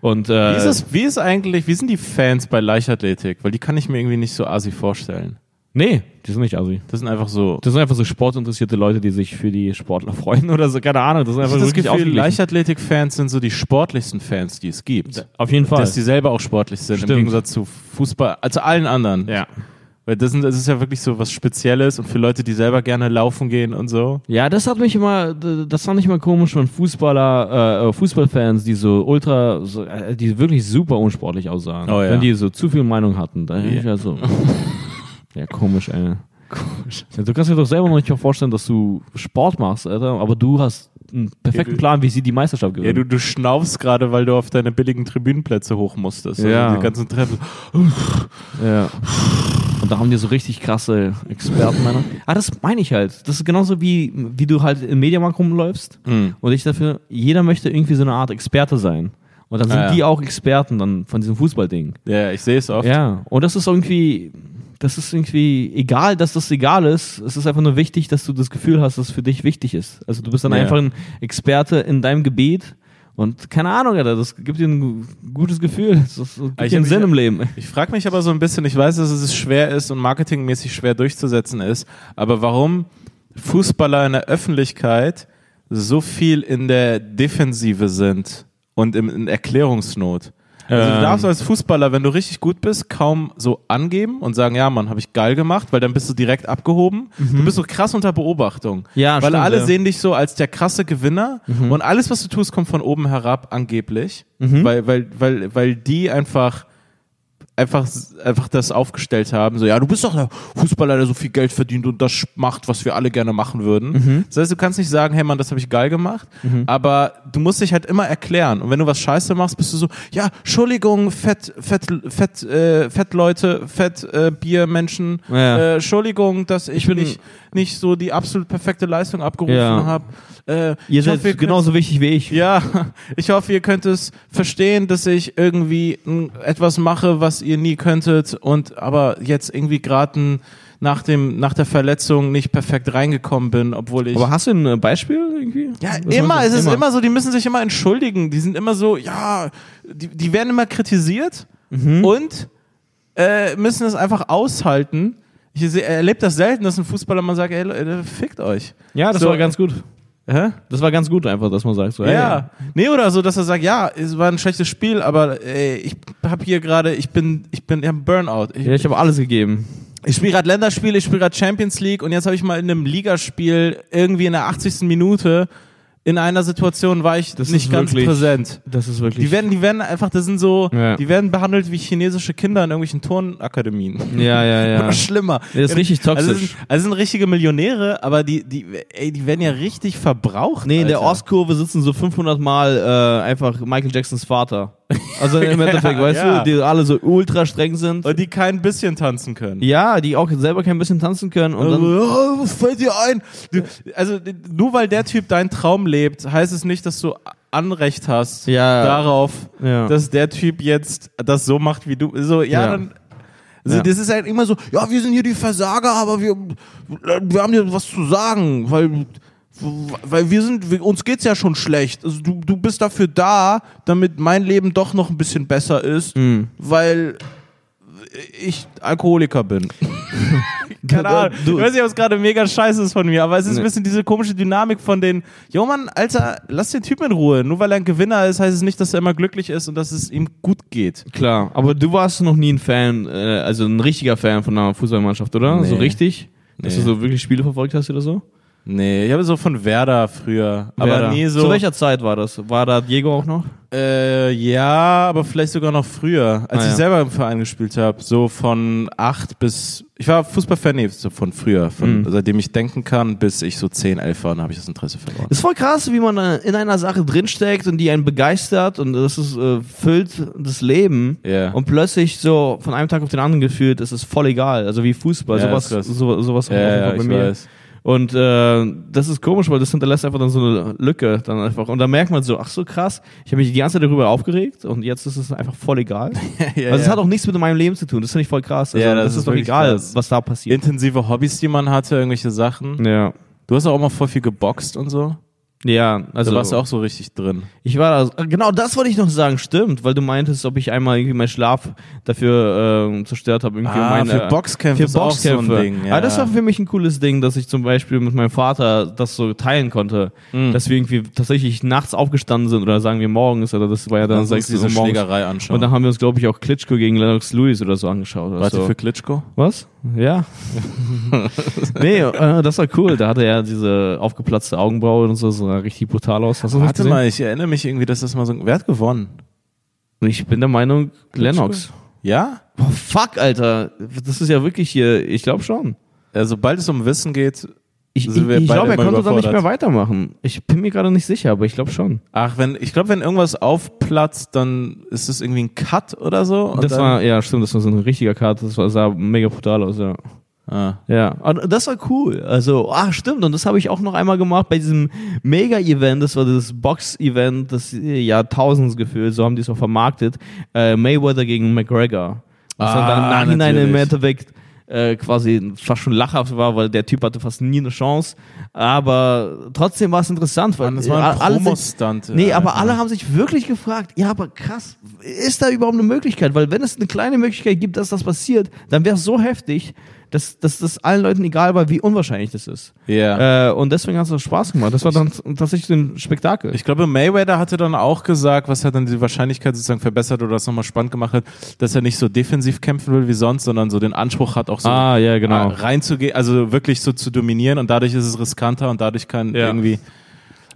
Speaker 1: Und, äh,
Speaker 2: Wie ist, es, wie ist eigentlich, wie sind die Fans bei Leichtathletik? Weil die kann ich mir irgendwie nicht so asi vorstellen.
Speaker 1: Nee, die sind nicht assi.
Speaker 2: Das sind einfach so.
Speaker 1: Das sind einfach so sportinteressierte Leute, die sich für die Sportler freuen oder so. Keine Ahnung. Das sind
Speaker 2: Ich
Speaker 1: einfach
Speaker 2: hab das
Speaker 1: wirklich
Speaker 2: Gefühl,
Speaker 1: ausgeglichen.
Speaker 2: Leichtathletik-Fans sind so die sportlichsten Fans, die es gibt.
Speaker 1: Auf jeden Fall.
Speaker 2: Dass die selber auch sportlich sind, im
Speaker 1: Stimmt.
Speaker 2: Gegensatz zu Fußball, also allen anderen.
Speaker 1: ja.
Speaker 2: Weil das, sind, das ist ja wirklich so was Spezielles und für Leute, die selber gerne laufen gehen und so.
Speaker 1: Ja, das hat mich immer, d- das fand ich immer komisch von Fußballer, äh, äh, Fußballfans, die so ultra, so, äh, die wirklich super unsportlich aussahen.
Speaker 2: Oh ja.
Speaker 1: Wenn die so zu viel Meinung hatten, dann
Speaker 2: Ja.
Speaker 1: ich ja so. ja, komisch, ey. Komisch. Ja, du kannst dir doch selber noch nicht mal vorstellen, dass du Sport machst, Alter, aber du hast einen perfekten
Speaker 2: Ja, du-
Speaker 1: Plan, wie sie die Meisterschaft gewinnen.
Speaker 2: Ja, du, du schnaufst gerade, weil du auf deine billigen Tribünenplätze hoch musstest.
Speaker 1: Ja.
Speaker 2: Also die ganzen Treppen.
Speaker 1: Ja. Und da haben die so richtig krasse Experten, Meinung. Ah, das meine ich halt. Das ist genauso wie, wie du halt im Mediamarkt rumläufst und ich dafür, jeder möchte irgendwie so eine Art Experte sein. Und dann sind
Speaker 2: Ah, ja.
Speaker 1: die auch Experten dann von diesem Fußballding.
Speaker 2: Ja, ich sehe es oft.
Speaker 1: Ja. Und das ist irgendwie, das ist irgendwie egal, dass das egal ist. Es ist einfach nur wichtig, dass du das Gefühl hast, dass es für dich wichtig ist. Also du bist dann
Speaker 2: Ja.
Speaker 1: einfach ein Experte in deinem Gebiet. Und keine Ahnung, Alter, das gibt dir ein gutes Gefühl. Das ist- das
Speaker 2: Aber
Speaker 1: gibt
Speaker 2: ich
Speaker 1: dir einen
Speaker 2: hab mich-
Speaker 1: Sinn im Leben.
Speaker 2: Ich frage mich aber so ein bisschen, ich weiß, dass es schwer ist und marketingmäßig schwer durchzusetzen ist, aber warum Fußballer in der Öffentlichkeit so viel in der Defensive sind und im, in Erklärungsnot. Also du
Speaker 1: Ähm.
Speaker 2: darfst als Fußballer, wenn du richtig gut bist, kaum so angeben und sagen, ja Mann, habe ich geil gemacht, weil dann bist du direkt abgehoben. Du bist so krass unter Beobachtung.
Speaker 1: Mhm. Ja,
Speaker 2: weil
Speaker 1: stimmt,
Speaker 2: alle
Speaker 1: ja. Mhm.
Speaker 2: sehen dich so als der krasse Gewinner und alles, was du tust, kommt von oben herab angeblich, weil, weil, weil, weil die einfach einfach, einfach das aufgestellt haben. So, ja, du bist doch der Fußballer, der so viel Geld verdient und das macht, was wir alle gerne machen würden.
Speaker 1: Mhm.
Speaker 2: Das heißt, du kannst nicht sagen, hey Mann, das habe ich geil gemacht, aber du musst dich halt immer erklären. Und wenn du was scheiße machst, bist du so, ja, Entschuldigung, fett, fett, fett, äh, fett Leute, fett äh, Biermenschen,
Speaker 1: Ja.
Speaker 2: äh, Entschuldigung, dass ich,
Speaker 1: bin-
Speaker 2: nicht, nicht so die absolut perfekte Leistung abgerufen
Speaker 1: Ja.
Speaker 2: habe. Äh,
Speaker 1: Ihr
Speaker 2: ich hoffe,
Speaker 1: seid
Speaker 2: könnt-
Speaker 1: genauso wichtig wie ich.
Speaker 2: ja, ich hoffe, ihr könnt es verstehen, dass ich irgendwie n, etwas mache, was ihr nie könntet und aber jetzt irgendwie gerade nach dem nach der Verletzung nicht perfekt reingekommen bin, obwohl ich
Speaker 1: Aber hast du ein äh, Beispiel irgendwie?
Speaker 2: ja,
Speaker 1: Was
Speaker 2: immer,
Speaker 1: meinst
Speaker 2: es
Speaker 1: du?
Speaker 2: ist immer. so, die müssen sich immer entschuldigen. Die sind immer so, ja, die, die werden immer kritisiert
Speaker 1: Mhm.
Speaker 2: und äh, müssen es einfach aushalten. Ich se- erlebe das selten, dass ein Fußballer mal sagt, ey, Leute, fickt euch.
Speaker 1: Ja, das
Speaker 2: So,
Speaker 1: war ganz gut.
Speaker 2: Hä?
Speaker 1: Das war ganz gut einfach, dass man sagt so,
Speaker 2: Ja.
Speaker 1: ey,
Speaker 2: Nee, oder so, dass er sagt, ja, es war ein schlechtes Spiel, aber ey, ich habe hier gerade, ich bin, ich bin, ich hab einen Burnout. Ich,
Speaker 1: ja, ich habe alles gegeben.
Speaker 2: ich spiele gerade Länderspiele, ich spiele gerade Champions League und jetzt habe ich mal in einem Ligaspiel irgendwie in der 80. Minute in einer Situation war ich
Speaker 1: Das
Speaker 2: nicht
Speaker 1: ist
Speaker 2: ganz
Speaker 1: wirklich-
Speaker 2: präsent.
Speaker 1: Das ist wirklich.
Speaker 2: Die werden, die werden einfach, das sind so,
Speaker 1: Ja.
Speaker 2: die werden behandelt wie chinesische Kinder in irgendwelchen Turnakademien.
Speaker 1: ja, ja, ja.
Speaker 2: Oder schlimmer.
Speaker 1: Ja, das ist richtig
Speaker 2: Also das
Speaker 1: toxisch.
Speaker 2: sind, also das sind richtige Millionäre, aber die, die, ey, die werden ja richtig verbraucht.
Speaker 1: Nee, in der
Speaker 2: Alter.
Speaker 1: Ostkurve sitzen so 500 Mal äh, einfach Michael Jacksons Vater. Also im Endeffekt, weißt
Speaker 2: ja.
Speaker 1: du, die alle so ultra streng sind.
Speaker 2: Und die kein bisschen tanzen können.
Speaker 1: ja, die auch selber kein bisschen tanzen können und dann
Speaker 2: Also, oh, was fällt dir ein? Du, also, nur weil der Typ deinen Traum lebt, heißt es nicht, dass du Anrecht hast
Speaker 1: Ja.
Speaker 2: darauf,
Speaker 1: Ja.
Speaker 2: dass der Typ jetzt das so macht wie du. So, ja,
Speaker 1: Ja.
Speaker 2: dann. Also
Speaker 1: Ja.
Speaker 2: Das ist halt immer so, ja, wir sind hier die Versager, aber wir, wir haben hier was zu sagen, weil, weil wir sind, wir, uns geht's ja schon schlecht. Also du, du bist dafür da, damit mein Leben doch noch ein bisschen besser ist,
Speaker 1: Mhm.
Speaker 2: weil ich Alkoholiker bin. Keine Ahnung.
Speaker 1: Du-
Speaker 2: ich weiß nicht, ob es gerade mega scheiße ist von mir, aber es ist
Speaker 1: Nee.
Speaker 2: ein bisschen diese komische Dynamik von den, jo Mann, Alter, lass den Typen in Ruhe. Nur weil er ein Gewinner ist, heißt es nicht, dass er immer glücklich ist und dass es ihm gut geht.
Speaker 1: Klar, aber du warst noch nie ein Fan, äh, also ein richtiger Fan von einer Fußballmannschaft, oder?
Speaker 2: Nee.
Speaker 1: So richtig? Dass du
Speaker 2: Nee.
Speaker 1: so wirklich Spiele verfolgt hast oder so?
Speaker 2: Nee, ich habe so von Werder früher,
Speaker 1: Werder.
Speaker 2: aber nie so.
Speaker 1: Zu welcher Zeit war das? War da Diego auch noch?
Speaker 2: Äh, ja, aber vielleicht sogar noch früher, als
Speaker 1: Ah,
Speaker 2: ich
Speaker 1: ja.
Speaker 2: selber im Verein gespielt habe. So von acht bis. Ich war Fußballfan nee, so von früher, von, seitdem ich denken kann, bis ich so zehn, elf war, dann habe ich das Interesse verloren.
Speaker 1: Ist voll krass, wie man äh, in einer Sache drinsteckt und die einen begeistert und das ist, äh, füllt das Leben
Speaker 2: Ja.
Speaker 1: und plötzlich so von einem Tag auf den anderen gefühlt, das ist voll egal. Also wie Fußball,
Speaker 2: Ja,
Speaker 1: sowas,
Speaker 2: ist krass.
Speaker 1: so, sowas
Speaker 2: Ja,
Speaker 1: auf jeden
Speaker 2: ja,
Speaker 1: Fall
Speaker 2: ich weiß.
Speaker 1: Und äh, das ist komisch, weil das hinterlässt einfach dann so eine Lücke dann einfach. Und da merkt man so, ach so krass, ich habe mich die ganze Zeit darüber aufgeregt und jetzt ist es einfach voll egal.
Speaker 2: ja,
Speaker 1: also es hat auch nichts mit meinem Leben zu tun. Das finde ich voll krass. Also,
Speaker 2: Ja, das
Speaker 1: das,
Speaker 2: ist
Speaker 1: ist doch
Speaker 2: wirklich
Speaker 1: egal,
Speaker 2: krass.
Speaker 1: was da passiert.
Speaker 2: intensive Hobbys, die man hatte, irgendwelche Sachen.
Speaker 1: ja.
Speaker 2: Du hast auch mal voll viel geboxt und so.
Speaker 1: Ja,
Speaker 2: Also
Speaker 1: also
Speaker 2: da warst du auch so richtig drin.
Speaker 1: ich war da, genau das wollte ich noch sagen, stimmt, weil du meintest, ob ich einmal irgendwie meinen Schlaf dafür ähm, zerstört habe. irgendwie
Speaker 2: Ah,
Speaker 1: meine,
Speaker 2: für Boxkämpfe Ah,
Speaker 1: für
Speaker 2: ist auch so ein
Speaker 1: Boxkämpfe.
Speaker 2: Ding, ja.
Speaker 1: Aber das war für mich ein cooles Ding, dass ich zum Beispiel mit meinem Vater das so teilen konnte,
Speaker 2: Hm.
Speaker 1: dass wir irgendwie tatsächlich nachts aufgestanden sind oder sagen wir morgens oder das war ja dann
Speaker 2: Dann sollst
Speaker 1: sechs
Speaker 2: du diese
Speaker 1: Uhr morgens.
Speaker 2: Schlägerei anschauen.
Speaker 1: Und dann haben wir uns, glaube ich, auch Klitschko gegen Lennox Lewis oder so angeschaut. Oder
Speaker 2: Warte
Speaker 1: so.
Speaker 2: für Klitschko?
Speaker 1: Was? Ja. nee, äh, das war cool. Da hatte er diese aufgeplatzte Augenbraue und so, sah richtig brutal aus. Hast du das
Speaker 2: Warte
Speaker 1: gesehen?
Speaker 2: mal, ich erinnere mich irgendwie, dass das mal so. Wer hat gewonnen?
Speaker 1: Ich bin der Meinung, Lennox.
Speaker 2: Ja?
Speaker 1: Boah, fuck, Alter. Das ist ja wirklich hier, ich glaube schon.
Speaker 2: Also, sobald es um Wissen geht,
Speaker 1: Ich, ich,
Speaker 2: Sind wir
Speaker 1: ich
Speaker 2: beide
Speaker 1: glaube, er
Speaker 2: immer
Speaker 1: konnte dann nicht
Speaker 2: überfordert.
Speaker 1: mehr weitermachen. Ich bin mir gerade nicht sicher, aber ich glaube schon.
Speaker 2: ach, wenn, ich glaube, wenn irgendwas aufplatzt, dann ist es irgendwie ein Cut oder so. Und
Speaker 1: das
Speaker 2: dann,
Speaker 1: war, ja, stimmt, das war so eine richtige Karte. Das war, sah mega brutal aus, ja.
Speaker 2: Ah.
Speaker 1: Ja, und das war cool. Also, ah, stimmt. Und das habe ich auch noch einmal gemacht bei diesem Mega-Event. Das war das Box-Event des äh, Jahrtausends gefühlt. So haben die es auch vermarktet. Äh, Mayweather gegen McGregor. Was
Speaker 2: Ah,
Speaker 1: dann dann im Nachhinein im
Speaker 2: natürlich.
Speaker 1: Endeffekt äh, quasi fast schon lachhaft war, weil der Typ hatte fast nie eine Chance. Aber trotzdem war es interessant, weil
Speaker 2: Mann, das war ein
Speaker 1: äh, alle sich-
Speaker 2: Promostunt.
Speaker 1: Nee, aber
Speaker 2: Alter.
Speaker 1: alle haben sich wirklich gefragt, ja, aber krass, ist da überhaupt eine Möglichkeit? Weil wenn es eine kleine Möglichkeit gibt, dass das passiert, dann wäre es so heftig, dass, dass das allen Leuten egal war, wie unwahrscheinlich das ist.
Speaker 2: Ja.
Speaker 1: Äh, und deswegen hat es auch Spaß gemacht. Das war dann tatsächlich ein Spektakel.
Speaker 2: Ich glaube, Mayweather hatte dann auch gesagt, was hat dann die Wahrscheinlichkeit sozusagen verbessert oder das nochmal spannend gemacht hat, dass er nicht so defensiv kämpfen will wie sonst, sondern so den Anspruch hat, auch so
Speaker 1: ja,
Speaker 2: äh, reinzugehen, also wirklich so zu dominieren und dadurch ist es riskanter und dadurch kann
Speaker 1: Ja.
Speaker 2: irgendwie.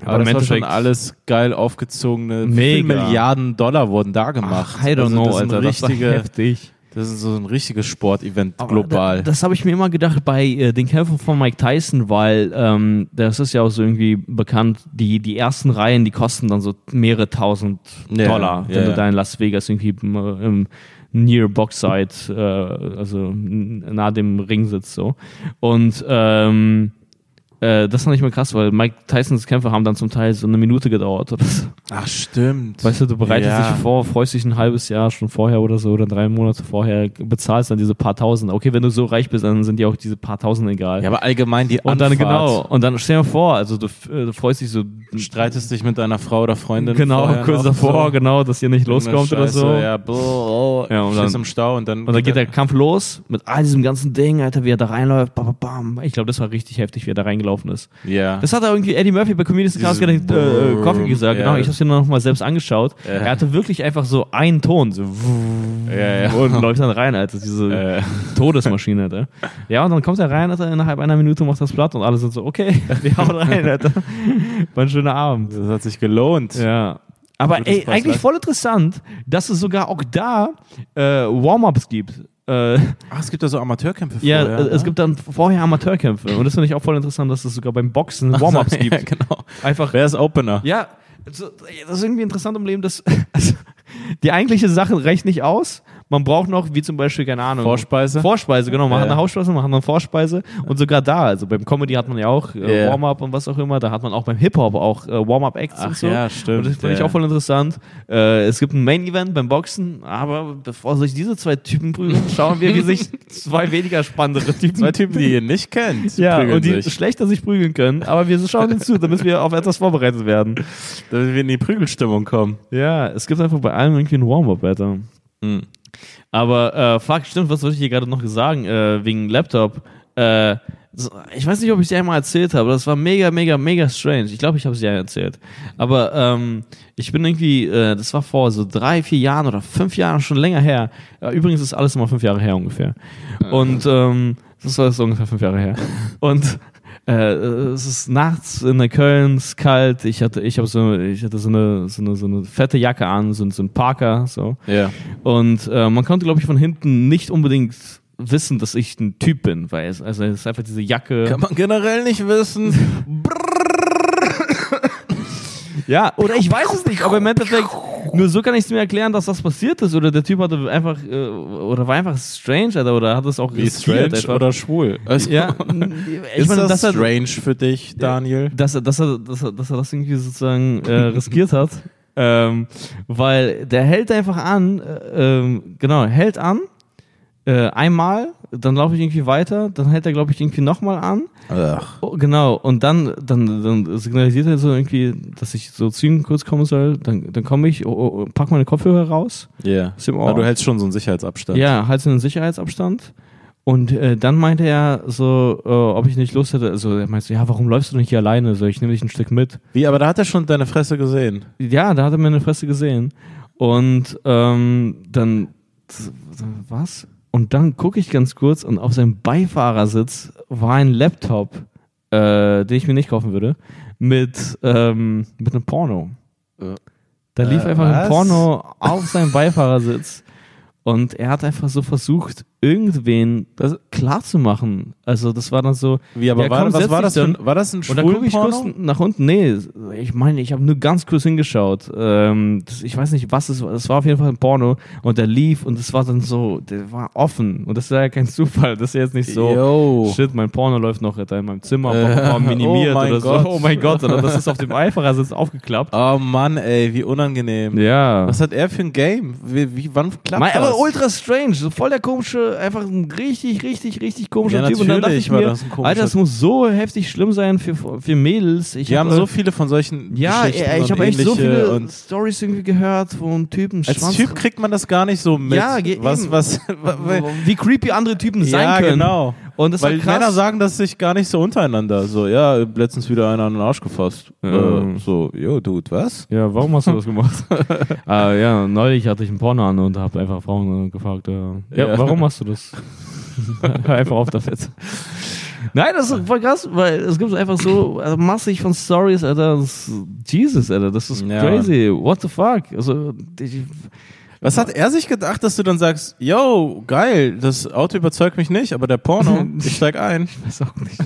Speaker 2: Aber,
Speaker 1: im
Speaker 2: das war schon
Speaker 1: Endeffekt-
Speaker 2: alles geil aufgezogene. wie viele
Speaker 1: Mega.
Speaker 2: Milliarden Dollar wurden da gemacht.
Speaker 1: I don't
Speaker 2: Also
Speaker 1: know,
Speaker 2: das ist ein
Speaker 1: Alter. Das war
Speaker 2: richtige-
Speaker 1: heftig.
Speaker 2: das ist so ein richtiges Sportevent
Speaker 1: Aber
Speaker 2: global.
Speaker 1: Da, das habe ich mir immer gedacht bei äh, den Kämpfen von Mike Tyson, weil ähm, das ist ja auch so irgendwie bekannt, die, die ersten Reihen, die kosten dann so mehrere tausend
Speaker 2: Ja,
Speaker 1: Dollar,
Speaker 2: ja,
Speaker 1: wenn
Speaker 2: ja.
Speaker 1: du da in Las Vegas irgendwie im, äh, im Near Boxside, äh, also n- nahe dem Ring sitzt so. Und ähm, äh, das fand ich mal krass, weil Mike Tysons Kämpfe haben dann zum Teil so eine Minute gedauert oder so.
Speaker 2: Ach, stimmt.
Speaker 1: Weißt du, du bereitest
Speaker 2: Ja.
Speaker 1: dich vor, freust dich ein halbes Jahr schon vorher oder so oder drei Monate vorher, bezahlst dann diese paar Tausend. Okay, wenn du so reich bist, dann sind dir auch diese paar Tausend egal.
Speaker 2: Ja, aber allgemein die
Speaker 1: und dann
Speaker 2: Anfahrt.
Speaker 1: genau, und dann stell dir vor, also du, f- äh, du freust dich so
Speaker 2: Streitest dich mit deiner Frau oder Freundin.
Speaker 1: genau
Speaker 2: vorher
Speaker 1: kurz
Speaker 2: noch,
Speaker 1: davor,
Speaker 2: so.
Speaker 1: genau, dass ihr nicht loskommt
Speaker 2: Irgendeine
Speaker 1: oder so.
Speaker 2: Scheiße, Ja, bluh,
Speaker 1: Ja, und
Speaker 2: und dann,
Speaker 1: dann-
Speaker 2: im Stau und dann,
Speaker 1: Und dann geht der Kampf los mit all diesem ganzen Ding, Alter, wie er da reinläuft, bam, bam. bam. Ich glaube, das war richtig heftig, wie er da reingelaufen ist.
Speaker 2: ja.
Speaker 1: Das hat er irgendwie Eddie Murphy bei Comedians in Cars
Speaker 2: Dieses
Speaker 1: Getting, äh,
Speaker 2: Brrrr,
Speaker 1: Coffee gesagt,
Speaker 2: ja.
Speaker 1: genau. Ich habe es mir nochmal selbst angeschaut.
Speaker 2: Ja.
Speaker 1: Er hatte wirklich einfach so einen Ton, so
Speaker 2: ja, ja.
Speaker 1: und läuft dann rein, Alter. Diese
Speaker 2: Äh,
Speaker 1: Todesmaschine, Alter. Ja, und dann kommt er rein, Alter, innerhalb einer Minute macht das Blatt und alle sind so, okay, wir hauen rein, Alter. War ein schöner Abend.
Speaker 2: das hat sich gelohnt.
Speaker 1: Ja. Aber
Speaker 2: Gutes
Speaker 1: ey,
Speaker 2: Preis,
Speaker 1: eigentlich
Speaker 2: ne?
Speaker 1: voll interessant, dass es sogar auch da äh, Warm-Ups gibt. Äh,
Speaker 2: Ach, Ah, es gibt da so Amateurkämpfe
Speaker 1: ja,
Speaker 2: vorher,
Speaker 1: äh, es
Speaker 2: ne?
Speaker 1: gibt dann vorher Amateurkämpfe. Und das finde ich auch voll interessant, dass es sogar beim Boxen Warm-Ups
Speaker 2: Ja,
Speaker 1: gibt.
Speaker 2: genau.
Speaker 1: Einfach
Speaker 2: Wer ist Opener?
Speaker 1: Ja, so, das ist irgendwie interessant im Leben, dass also, die eigentliche Sache reicht nicht aus. Man braucht noch, wie zum Beispiel, keine Ahnung.
Speaker 2: Vorspeise?
Speaker 1: Vorspeise, genau. Man
Speaker 2: Ja,
Speaker 1: hat
Speaker 2: ja.
Speaker 1: eine Hausspeise, man hat eine Vorspeise. Und sogar da, also beim Comedy hat man ja auch äh,
Speaker 2: Ja.
Speaker 1: Warm-up und was auch immer. Da hat man auch beim Hip-Hop auch äh, Warm-up-Acts
Speaker 2: Ach
Speaker 1: und so.
Speaker 2: ja, stimmt,
Speaker 1: Und das fand ich
Speaker 2: ja.
Speaker 1: auch voll interessant. Äh, es gibt ein Main-Event beim Boxen, aber bevor sich diese zwei Typen prügeln, schauen wir, wie sich zwei weniger spannendere Typen
Speaker 2: Zwei Typen, die ihr nicht kennt,
Speaker 1: ja,
Speaker 2: prügeln
Speaker 1: und die
Speaker 2: sich,
Speaker 1: schlechter sich prügeln können, aber wir schauen ihnen zu, damit wir auf etwas vorbereitet werden.
Speaker 2: damit wir in die Prügelstimmung kommen.
Speaker 1: Ja, es gibt einfach bei allem irgendwie ein Warm-Up, Alter.
Speaker 2: Mhm.
Speaker 1: Aber äh, fuck, stimmt, was wollte ich hier gerade noch sagen, äh, wegen Laptop? Äh, so, ich weiß nicht, ob ich dir einmal erzählt habe, das war mega, mega, mega strange. Ich glaube, ich habe es dir erzählt. Aber ähm, ich bin irgendwie, äh, das war vor so drei, vier Jahren oder fünf Jahren, schon länger her. Äh, übrigens ist alles immer fünf Jahre her ungefähr. Und ähm, das war jetzt ungefähr fünf Jahre her. Und äh, es ist nachts in der Köln, es ist kalt. Ich hatte, ich habe so, ich hatte so eine, so eine, so eine fette Jacke an, so, so ein Parker, so.
Speaker 2: Ja.
Speaker 1: Und äh, man konnte, glaube ich, von hinten nicht unbedingt wissen, dass ich ein Typ bin, weil es, also es ist einfach diese Jacke.
Speaker 2: Kann man generell nicht wissen.
Speaker 1: Ja, oder ich weiß es nicht, aber im Endeffekt, nur so kann ich es mir erklären, dass das passiert ist. Oder der Typ hatte einfach, äh, oder war einfach strange, Alter, oder hat es auch
Speaker 2: Wie
Speaker 1: riskiert
Speaker 2: strange
Speaker 1: einfach.
Speaker 2: oder schwul? Also,
Speaker 1: ja, n- ich
Speaker 2: ist
Speaker 1: meine,
Speaker 2: das
Speaker 1: dass er,
Speaker 2: strange für dich, Daniel?
Speaker 1: dass, er, dass, er, dass, er, dass er das irgendwie sozusagen äh, riskiert hat. Ähm, weil der hält einfach an, äh, ähm, genau, hält an, äh, einmal, dann laufe ich irgendwie weiter, dann hält er, glaube ich, irgendwie nochmal an.
Speaker 2: Ach.
Speaker 1: Oh, genau, und dann, dann, dann signalisiert er so irgendwie, dass ich so zu ihm kurz kommen soll, dann, dann komme ich, oh, oh, oh, pack meine Kopfhörer raus,
Speaker 2: Ja.
Speaker 1: Ist im Ohr.
Speaker 2: Aber du hältst schon so einen Sicherheitsabstand.
Speaker 1: ja, halte einen Sicherheitsabstand. Und äh, dann meinte er so, äh, ob ich nicht Lust hätte, also er meinte so, ja, warum läufst du nicht hier alleine? So, ich nehme dich ein Stück mit.
Speaker 2: Wie, aber da hat er schon deine Fresse gesehen.
Speaker 1: Ja, da hat er mir eine Fresse gesehen. Und ähm, dann, was? Und dann gucke ich ganz kurz und auf seinem Beifahrersitz war ein Laptop, äh, den ich mir nicht kaufen würde, mit, ähm, mit einem Porno.
Speaker 2: Äh,
Speaker 1: Da lief
Speaker 2: äh,
Speaker 1: einfach ein
Speaker 2: was?
Speaker 1: Porno auf seinem Beifahrersitz. Und er hat einfach so versucht, irgendwen das klarzumachen. Also das war dann so,
Speaker 2: Wie, aber
Speaker 1: Ja,
Speaker 2: war,
Speaker 1: komm, setz
Speaker 2: was war
Speaker 1: dich
Speaker 2: das für
Speaker 1: dann.
Speaker 2: ein, war das ein
Speaker 1: und dann gucke ich
Speaker 2: Schwulenporno?
Speaker 1: kurz nach unten. Nee, ich meine, ich habe nur ganz kurz hingeschaut. Ähm, das, ich weiß nicht, was es war. Es war auf jeden Fall ein Porno. Und der lief und es war dann so, der war offen. Und das war ja kein Zufall. Das ist ja jetzt nicht so,
Speaker 2: Yo.
Speaker 1: shit, mein Porno läuft noch Alter, in meinem Zimmer,
Speaker 2: Äh,
Speaker 1: äh, minimiert
Speaker 2: oh mein
Speaker 1: oder
Speaker 2: Gott.
Speaker 1: so. Oh mein Gott, oder das ist auf dem Eifahrersitz aufgeklappt.
Speaker 2: Oh Mann, ey, wie unangenehm.
Speaker 1: Ja.
Speaker 2: Was hat er für ein Game? Wie, wie, wann klappt
Speaker 1: Mein,
Speaker 2: das?
Speaker 1: aber ultra strange, so voll der komische, einfach ein richtig, richtig, richtig komischer
Speaker 2: Ja,
Speaker 1: Typ. Und dann dachte
Speaker 2: natürlich
Speaker 1: ich
Speaker 2: war
Speaker 1: mir,
Speaker 2: das ein komischer
Speaker 1: Alter, das muss so heftig schlimm sein für, für Mädels. Ich
Speaker 2: Wir
Speaker 1: hab,
Speaker 2: haben so viele von solchen
Speaker 1: Ja,
Speaker 2: Geschichten
Speaker 1: ey, ich
Speaker 2: und
Speaker 1: habe echt so
Speaker 2: ähnliche
Speaker 1: viele
Speaker 2: und
Speaker 1: Stories irgendwie gehört von Typen.
Speaker 2: als
Speaker 1: Schwanz-
Speaker 2: Typ kriegt man das gar nicht so mit.
Speaker 1: Ja, ge-
Speaker 2: was,
Speaker 1: eben.
Speaker 2: was,
Speaker 1: wie creepy andere Typen sein
Speaker 2: ja,
Speaker 1: können.
Speaker 2: genau.
Speaker 1: Und das war
Speaker 2: Weil
Speaker 1: krass.
Speaker 2: Männer sagen das sich gar nicht so untereinander. So, ja, letztens wieder einer an den Arsch gefasst.
Speaker 1: Ja.
Speaker 2: Äh, so, yo, Dude, was?
Speaker 1: ja, warum hast du das gemacht? ah, ja, neulich hatte ich einen Porno an und habe einfach Frauen äh, gefragt, äh, ja,
Speaker 2: Ja.
Speaker 1: warum machst du das? einfach auf der Fett. Nein, das ist voll krass, weil es gibt einfach so äh, massig von Stories, Alter. Das, Jesus, Alter, das ist
Speaker 2: Ja.
Speaker 1: crazy. What the fuck? Also, ich,
Speaker 2: Was hat er sich gedacht, dass du dann sagst, yo, geil, das Auto überzeugt mich nicht, aber der Porno, ich steig ein.
Speaker 1: weiß auch nicht.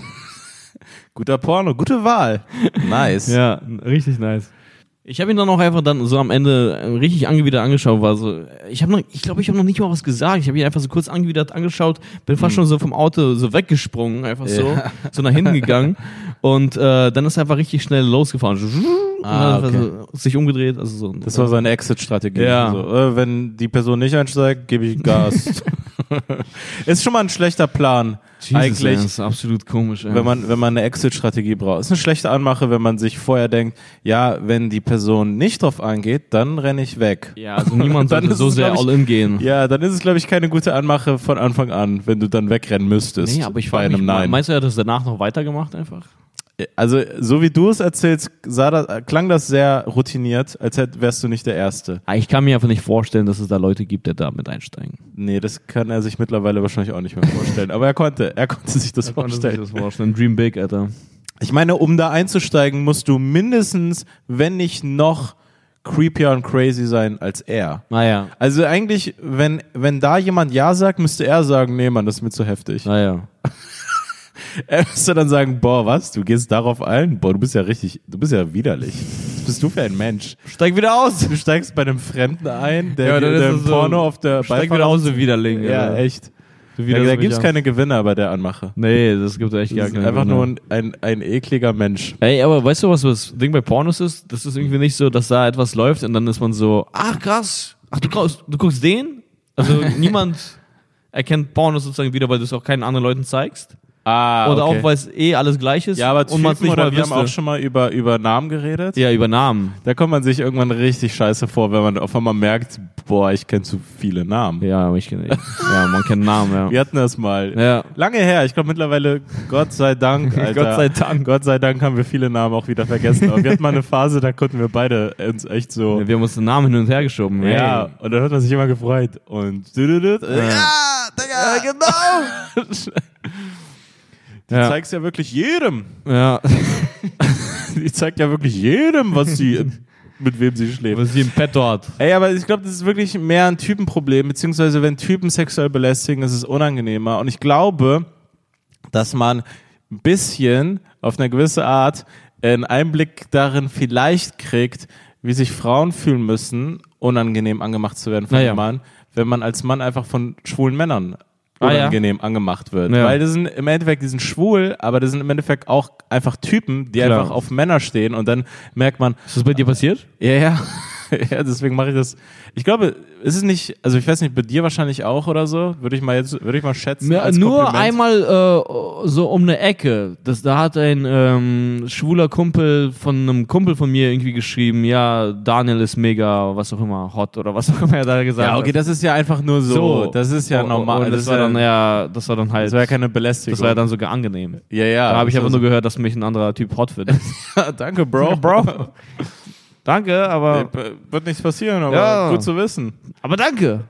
Speaker 2: Guter Porno, gute Wahl. Nice.
Speaker 1: Ja, richtig nice. Ich habe ihn dann auch einfach dann so am Ende äh, richtig angewidert angeschaut, war so, ich habe noch, ich glaube, ich habe noch nicht mal was gesagt. Ich habe ihn einfach so kurz angewidert angeschaut, bin fast schon so vom Auto so weggesprungen, einfach so,
Speaker 2: Ja.
Speaker 1: so nach hinten gegangen. Und äh, dann ist er einfach richtig schnell losgefahren. Und
Speaker 2: Ah,
Speaker 1: dann hat er
Speaker 2: okay.
Speaker 1: so sich umgedreht. Also so,
Speaker 2: Das war seine Exit-Strategie.
Speaker 1: Ja.
Speaker 2: Also, äh, wenn die Person nicht einsteigt, gebe ich Gas. ist schon mal ein schlechter Plan, eigentlich,
Speaker 1: Das ist absolut komisch. Ey.
Speaker 2: wenn, man, wenn man eine Exit-Strategie braucht. Ist eine schlechte Anmache, wenn man sich vorher denkt, ja, wenn die Person nicht drauf eingeht, dann renne ich weg.
Speaker 1: ja, also niemand
Speaker 2: Dann
Speaker 1: sollte
Speaker 2: ist
Speaker 1: so
Speaker 2: es,
Speaker 1: sehr
Speaker 2: glaub ich,
Speaker 1: all-in gehen.
Speaker 2: Ja, dann ist es, glaube ich, keine gute Anmache von Anfang an, wenn du dann wegrennen müsstest.
Speaker 1: Nee, aber ich
Speaker 2: bei
Speaker 1: frage
Speaker 2: einem
Speaker 1: mich,
Speaker 2: Nein.
Speaker 1: meinst du, er hat das danach noch weitergemacht einfach?
Speaker 2: Also, so wie du es erzählst, sah das, klang das sehr routiniert, als hätt, wärst du nicht der Erste.
Speaker 1: Ah, Ich kann mir einfach nicht vorstellen, dass es da Leute gibt, die da mit einsteigen.
Speaker 2: Nee, das kann er sich mittlerweile wahrscheinlich auch nicht mehr vorstellen. Aber er konnte, er konnte sich das vorstellen.
Speaker 1: das vorstellen. Dream big, Alter.
Speaker 2: Ich meine, um da einzusteigen, musst du mindestens, wenn nicht noch creepier und crazy sein als er.
Speaker 1: Naja.
Speaker 2: Also eigentlich, wenn, wenn da jemand Ja sagt, müsste er sagen, nee, Mann, das ist mir zu heftig.
Speaker 1: Naja.
Speaker 2: Er müsste dann sagen, boah, was, du gehst darauf ein? Boah, du bist ja richtig, du bist ja widerlich. bist du für ein Mensch?
Speaker 1: Steig wieder aus!
Speaker 2: Du steigst bei einem Fremden ein,
Speaker 1: Ja,
Speaker 2: der
Speaker 1: dann
Speaker 2: dir
Speaker 1: ist
Speaker 2: der
Speaker 1: es so,
Speaker 2: Porno auf der
Speaker 1: Steig
Speaker 2: Beifahrer-
Speaker 1: wieder aus, du Widerling.
Speaker 2: Ja,
Speaker 1: Alter.
Speaker 2: echt.
Speaker 1: Du
Speaker 2: Ja,
Speaker 1: widerst
Speaker 2: da
Speaker 1: mich
Speaker 2: gibt es
Speaker 1: an.
Speaker 2: keine Gewinner bei der Anmache.
Speaker 1: Nee, das gibt echt gar
Speaker 2: Das ist
Speaker 1: keine.
Speaker 2: einfach
Speaker 1: Gründe.
Speaker 2: nur ein, ein, ein ekliger Mensch.
Speaker 1: Ey, aber weißt du, was das Ding bei Pornos ist? Das ist irgendwie nicht so, dass da etwas läuft und dann ist man so, ach krass, ach du guckst, du guckst den? Also niemand erkennt Pornos sozusagen wieder, weil du es auch keinen anderen Leuten zeigst.
Speaker 2: Ah,
Speaker 1: Oder auch, weil es eh alles gleich ist
Speaker 2: ja, aber
Speaker 1: und man es
Speaker 2: Typen
Speaker 1: nicht
Speaker 2: oder
Speaker 1: mal
Speaker 2: wir haben auch
Speaker 1: wüsste.
Speaker 2: schon mal über, über Namen geredet.
Speaker 1: Ja, über Namen.
Speaker 2: Da kommt man sich irgendwann richtig scheiße vor, wenn man auf einmal merkt, boah, ich kenne zu viele Namen.
Speaker 1: Ja, aber ich kenne, ja, man kennt Namen, ja.
Speaker 2: Wir hatten das mal.
Speaker 1: Ja.
Speaker 2: Lange her. Ich glaube mittlerweile, Gott sei Dank, Alter.
Speaker 1: Gott sei Dank.
Speaker 2: Gott sei Dank haben wir viele Namen auch wieder vergessen. Aber wir hatten mal eine Phase, da konnten wir beide uns echt so.
Speaker 1: Wir haben uns den Namen hin und her geschoben. ey.
Speaker 2: Ja, und dann hat man sich immer gefreut. Und. Ja, Digga, genau! Die
Speaker 1: Ja.
Speaker 2: zeigst ja wirklich jedem.
Speaker 1: Ja.
Speaker 2: Die zeigt ja wirklich jedem, was sie, mit wem sie schläft.
Speaker 1: Was sie im Petto hat.
Speaker 2: Ey, aber ich glaube, das ist wirklich mehr ein Typenproblem, beziehungsweise wenn Typen sexuell belästigen, ist es unangenehmer. Und ich glaube, dass man ein bisschen auf eine gewisse Art einen Einblick darin vielleicht kriegt, wie sich Frauen fühlen müssen, unangenehm angemacht zu werden von
Speaker 1: Naja.
Speaker 2: einem Mann, wenn man als Mann einfach von schwulen Männern
Speaker 1: Ah, ja.
Speaker 2: unangenehm angemacht wird.
Speaker 1: Ja.
Speaker 2: Weil das sind im Endeffekt, die sind schwul, aber das sind im Endeffekt auch einfach Typen, die
Speaker 1: Klar.
Speaker 2: einfach auf Männer stehen und dann merkt man,
Speaker 1: Ist das bei dir passiert?
Speaker 2: ja, ja. ja, deswegen mache ich das. Ich glaube, ist es nicht, also ich weiß nicht, bei dir wahrscheinlich auch oder so, würde ich mal jetzt, würde ich mal schätzen.
Speaker 1: Ja,
Speaker 2: als
Speaker 1: nur
Speaker 2: Kompliment.
Speaker 1: einmal äh, so um eine Ecke. Das, da hat ein ähm, schwuler Kumpel von einem Kumpel von mir irgendwie geschrieben, ja, Daniel ist mega, was auch immer, hot oder was auch immer er da gesagt
Speaker 2: Ja, okay,
Speaker 1: hat.
Speaker 2: das ist ja einfach nur so. Das ist ja
Speaker 1: Und-
Speaker 2: normal.
Speaker 1: Und Oh, das, war dann ja, das war dann halt,
Speaker 2: das war ja keine Belästigung.
Speaker 1: das war ja dann sogar angenehm.
Speaker 2: ja, ja.
Speaker 1: da habe ich
Speaker 2: das
Speaker 1: aber
Speaker 2: ist-
Speaker 1: nur gehört, dass mich ein anderer Typ hot findet.
Speaker 2: Danke, Bro.
Speaker 1: Bro. danke, aber,
Speaker 2: Wird nichts passieren, aber
Speaker 1: Ja.
Speaker 2: gut zu wissen.
Speaker 1: aber danke.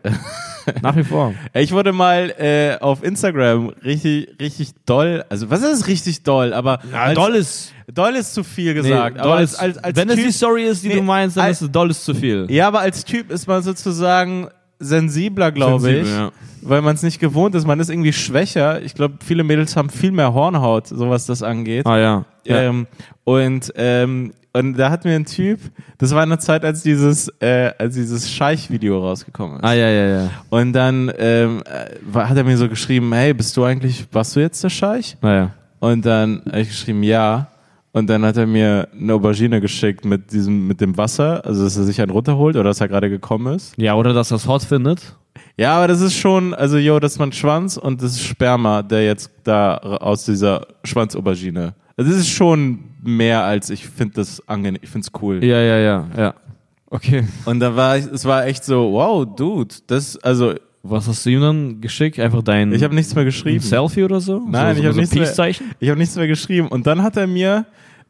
Speaker 1: Nach wie vor.
Speaker 2: Ey, Ich wurde mal äh, auf Instagram richtig, richtig doll. Also, was ist richtig doll? Aber als-
Speaker 1: Dolles.
Speaker 2: doll ist zu viel
Speaker 1: Nee,
Speaker 2: gesagt. aber
Speaker 1: doll ist,
Speaker 2: als, als, als
Speaker 1: wenn es
Speaker 2: Typ-
Speaker 1: die Story ist, die
Speaker 2: Nee,
Speaker 1: du meinst, dann
Speaker 2: al-
Speaker 1: ist es Dolles zu viel.
Speaker 2: Ja, aber als Typ ist man sozusagen sensibler, glaube
Speaker 1: Sensibel,
Speaker 2: ich.
Speaker 1: ja.
Speaker 2: Weil man es nicht gewohnt ist. Man ist irgendwie schwächer. Ich glaube, viele Mädels haben viel mehr Hornhaut, so was das angeht.
Speaker 1: Ah ja.
Speaker 2: Ähm, und, ähm, und da hat mir ein Typ, das war eine Zeit, als dieses, äh, als dieses Scheich-Video rausgekommen ist.
Speaker 1: Ah, ja, ja, ja.
Speaker 2: Und dann ähm, äh, war- hat er mir so geschrieben, hey, bist du eigentlich, warst du jetzt der Scheich?
Speaker 1: Naja.
Speaker 2: Und dann habe ich geschrieben, ja. Und dann hat er mir eine Aubergine geschickt mit diesem, mit dem Wasser, also dass er sich einen runterholt oder dass er gerade gekommen ist.
Speaker 1: Ja, oder dass das hot findet.
Speaker 2: Ja, aber das ist schon, also yo, das ist mein Schwanz und das ist Sperma, der jetzt da r- aus dieser Schwanzaubergine. Also das ist schon mehr als ich finde das angenehm, ich finde es cool.
Speaker 1: Ja, ja, ja, ja. Okay.
Speaker 2: Und da war ich, es war echt so, wow, Dude, das, also
Speaker 1: Was hast du ihm dann geschickt? Einfach dein
Speaker 2: ich habe nichts mehr geschrieben.
Speaker 1: ein Selfie oder so?
Speaker 2: Nein,
Speaker 1: so,
Speaker 2: ich habe
Speaker 1: so
Speaker 2: nichts
Speaker 1: Peace-Zeichen?
Speaker 2: mehr. Ich habe nichts mehr geschrieben. Und dann hat er mir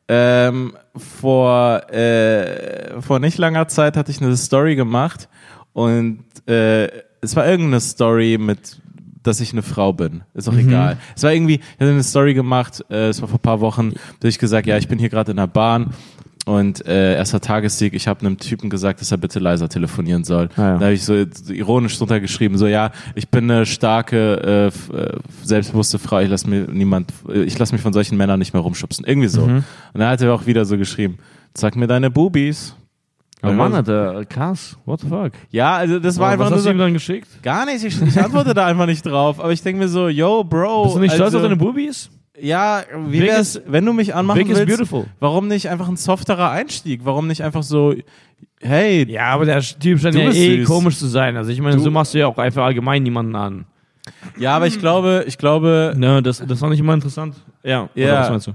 Speaker 2: ähm, vor äh, vor nicht langer Zeit hatte ich eine Story gemacht und äh, es war irgendeine Story mit dass ich eine Frau bin. Ist auch
Speaker 1: Mhm.
Speaker 2: egal. Es war irgendwie, ich hatte eine Story gemacht, äh, es war vor ein paar Wochen, da hab ich gesagt, ja, ich bin hier gerade in der Bahn und äh, erster Tagessieg, ich habe einem Typen gesagt, dass er bitte leiser telefonieren soll.
Speaker 1: Ah, ja.
Speaker 2: Da habe ich so ironisch drunter geschrieben, so ja, ich bin eine starke, äh, f- äh, selbstbewusste Frau, ich lasse mir niemand, ich lasse mich von solchen Männern nicht mehr rumschubsen. Irgendwie so.
Speaker 1: Mhm.
Speaker 2: Und dann hat er auch wieder so geschrieben, zeig mir deine Boobies.
Speaker 1: Oh Mann, Alter, krass. What the fuck?
Speaker 2: Ja, also das
Speaker 1: Aber
Speaker 2: war einfach
Speaker 1: was
Speaker 2: nur
Speaker 1: hast du
Speaker 2: so,
Speaker 1: ihm dann geschickt?
Speaker 2: gar nicht, ich, ich antworte da einfach nicht drauf, aber ich denke mir so, yo, Bro.
Speaker 1: Bist du nicht stolz
Speaker 2: also,
Speaker 1: auf deine Boobies?
Speaker 2: Ja, wie
Speaker 1: Big
Speaker 2: wär's,
Speaker 1: is-
Speaker 2: wenn du mich anmachen
Speaker 1: Big is
Speaker 2: willst,
Speaker 1: beautiful.
Speaker 2: warum nicht einfach ein softerer Einstieg? Warum nicht einfach so, hey,
Speaker 1: Ja, aber der Typ scheint
Speaker 2: Du
Speaker 1: ja
Speaker 2: bist
Speaker 1: eh
Speaker 2: süß.
Speaker 1: komisch zu sein. Also ich meine,
Speaker 2: Du-
Speaker 1: so machst du ja auch einfach allgemein niemanden an.
Speaker 2: ja, aber ich glaube, ich glaube,
Speaker 1: Ne, das, das war nicht immer interessant. Ja,
Speaker 2: Ja.
Speaker 1: oder was meinst du?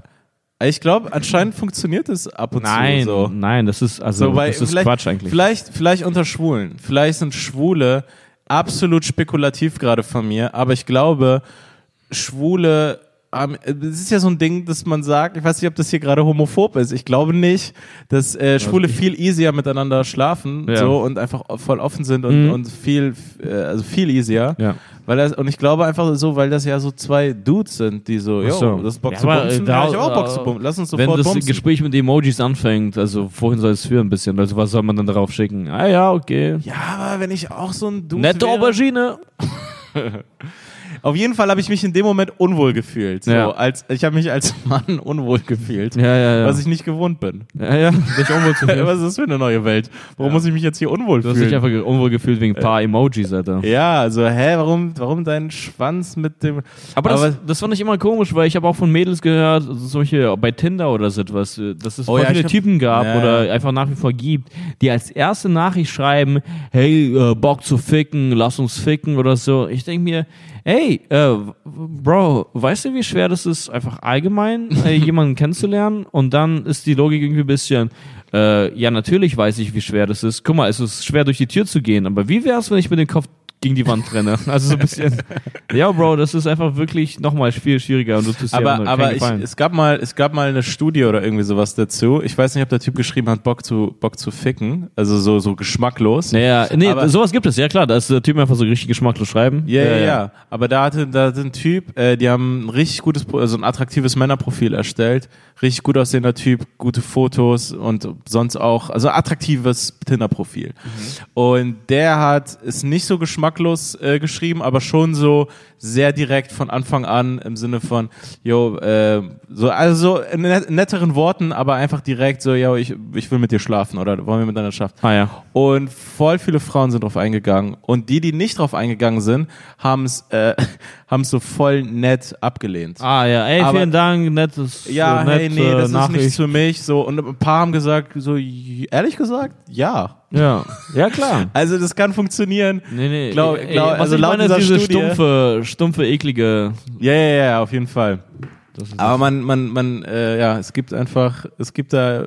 Speaker 2: Ich glaube, anscheinend funktioniert es ab und
Speaker 1: Nein,
Speaker 2: zu so.
Speaker 1: nein, das ist also
Speaker 2: so weil
Speaker 1: das ist
Speaker 2: vielleicht-
Speaker 1: Quatsch eigentlich.
Speaker 2: Vielleicht, vielleicht unter Schwulen. Vielleicht sind Schwule absolut spekulativ gerade von mir, aber ich glaube, Schwule haben, es ist ja so ein Ding, dass man sagt, ich weiß nicht, ob das hier gerade homophob ist. Ich glaube nicht, dass äh, Schwule viel easier miteinander schlafen
Speaker 1: Also Ja.
Speaker 2: so und einfach voll offen sind und,
Speaker 1: Mhm.
Speaker 2: und viel, äh, also viel easier.
Speaker 1: Ja.
Speaker 2: Weil das, und ich glaube einfach so, weil das ja so zwei Dudes sind, die so,
Speaker 1: Ach so.
Speaker 2: jo, das ist Bock
Speaker 1: Ja,
Speaker 2: zu
Speaker 1: aber, äh,
Speaker 2: bumsen.
Speaker 1: da-
Speaker 2: ja, ich hab auch Bock zu
Speaker 1: äh,
Speaker 2: bumsen. Lass uns
Speaker 1: Wenn
Speaker 2: sofort
Speaker 1: das
Speaker 2: bumsen.
Speaker 1: Gespräch mit Emojis anfängt, also wohin soll es führen ein bisschen? Also was soll man dann darauf schicken? Ah ja, okay.
Speaker 2: Ja, aber wenn ich auch so ein Dude
Speaker 1: Nette
Speaker 2: wäre,
Speaker 1: Aubergine.
Speaker 2: Auf jeden Fall habe ich mich in dem Moment unwohl gefühlt. So,
Speaker 1: Ja.
Speaker 2: als, ich habe mich als Mann unwohl gefühlt,
Speaker 1: Ja, ja, ja.
Speaker 2: was ich nicht gewohnt bin.
Speaker 1: ja, ja. Dich unwohl zu fühlen.
Speaker 2: Was ist das für eine neue Welt? Warum muss ich mich jetzt hier unwohl
Speaker 1: Du hast dich
Speaker 2: fühlen?
Speaker 1: einfach ge- unwohl gefühlt wegen ein paar
Speaker 2: Äh.
Speaker 1: Emojis, Alter.
Speaker 2: Ja, also, hä, warum, warum dein Schwanz mit dem.
Speaker 1: Aber das, das fand ich immer komisch, weil ich habe auch von Mädels gehört, also solche bei Tinder oder so etwas, äh, dass es
Speaker 2: Oh
Speaker 1: voll
Speaker 2: ja,
Speaker 1: viele
Speaker 2: ich hab-
Speaker 1: Typen gab
Speaker 2: Ja,
Speaker 1: oder einfach nach wie vor gibt, die als erste Nachricht schreiben, hey, äh, Bock zu ficken, lass uns ficken oder so. Ich denke mir, hey, äh, w- Bro, weißt du, wie schwer das ist, einfach allgemein äh, jemanden kennenzulernen? Und dann ist die Logik irgendwie ein bisschen... Äh, ja, natürlich weiß ich, wie schwer das ist. Guck mal, es ist schwer, durch die Tür zu gehen, aber wie wär's, wenn ich mit dem Kopf gegen die Wand renne. Also so ein bisschen. ja, Bro, das ist einfach wirklich nochmal viel schwieriger und du tust dir
Speaker 2: aber
Speaker 1: keinen
Speaker 2: aber ich,
Speaker 1: Gefallen.
Speaker 2: es, gab mal, es gab mal eine Studie oder irgendwie sowas dazu. Ich weiß nicht, ob der Typ geschrieben hat, Bock zu, Bock zu ficken. Also so, so geschmacklos.
Speaker 1: naja, nee,
Speaker 2: aber-
Speaker 1: sowas gibt es, ja klar, da ist der Typ einfach so richtig geschmacklos schreiben. Äh,
Speaker 2: Ja, ja, ja. Aber da hatte, da hatte ein Typ, äh, die haben ein richtig gutes, Pro- also ein attraktives Männerprofil erstellt. Richtig gut aussehender Typ, gute Fotos und sonst auch, also ein attraktives Tinder-Profil. Mhm. Und der hat es nicht so geschmacklos äh, geschrieben, aber schon so sehr direkt von Anfang an im Sinne von, yo, äh, so, also so in net- netteren Worten, aber einfach direkt so, yo, ich, ich will mit dir schlafen oder wollen wir miteinander schlafen.
Speaker 1: Ah ja.
Speaker 2: Und voll viele Frauen sind drauf eingegangen. Und die, die nicht drauf eingegangen sind, haben es äh, haben's so voll nett abgelehnt.
Speaker 1: Ah ja, ey,
Speaker 2: Aber-
Speaker 1: vielen Dank, nettes
Speaker 2: ja,
Speaker 1: äh, nette
Speaker 2: hey, nee, das
Speaker 1: Nachricht.
Speaker 2: ist nichts für mich. So, und ein paar haben gesagt, so j- ehrlich gesagt, ja.
Speaker 1: Ja, ja klar.
Speaker 2: Also das kann funktionieren.
Speaker 1: Nee, nee.
Speaker 2: Glaub-
Speaker 1: ey,
Speaker 2: glaub-
Speaker 1: was
Speaker 2: also
Speaker 1: ich
Speaker 2: laut
Speaker 1: meine,
Speaker 2: dieser
Speaker 1: ist diese
Speaker 2: Studie-
Speaker 1: stumpfe, stumpfe, eklige.
Speaker 2: Ja, ja, ja, auf jeden Fall.
Speaker 1: Das ist
Speaker 2: Aber man, man, man, äh, ja, es gibt einfach, es gibt da,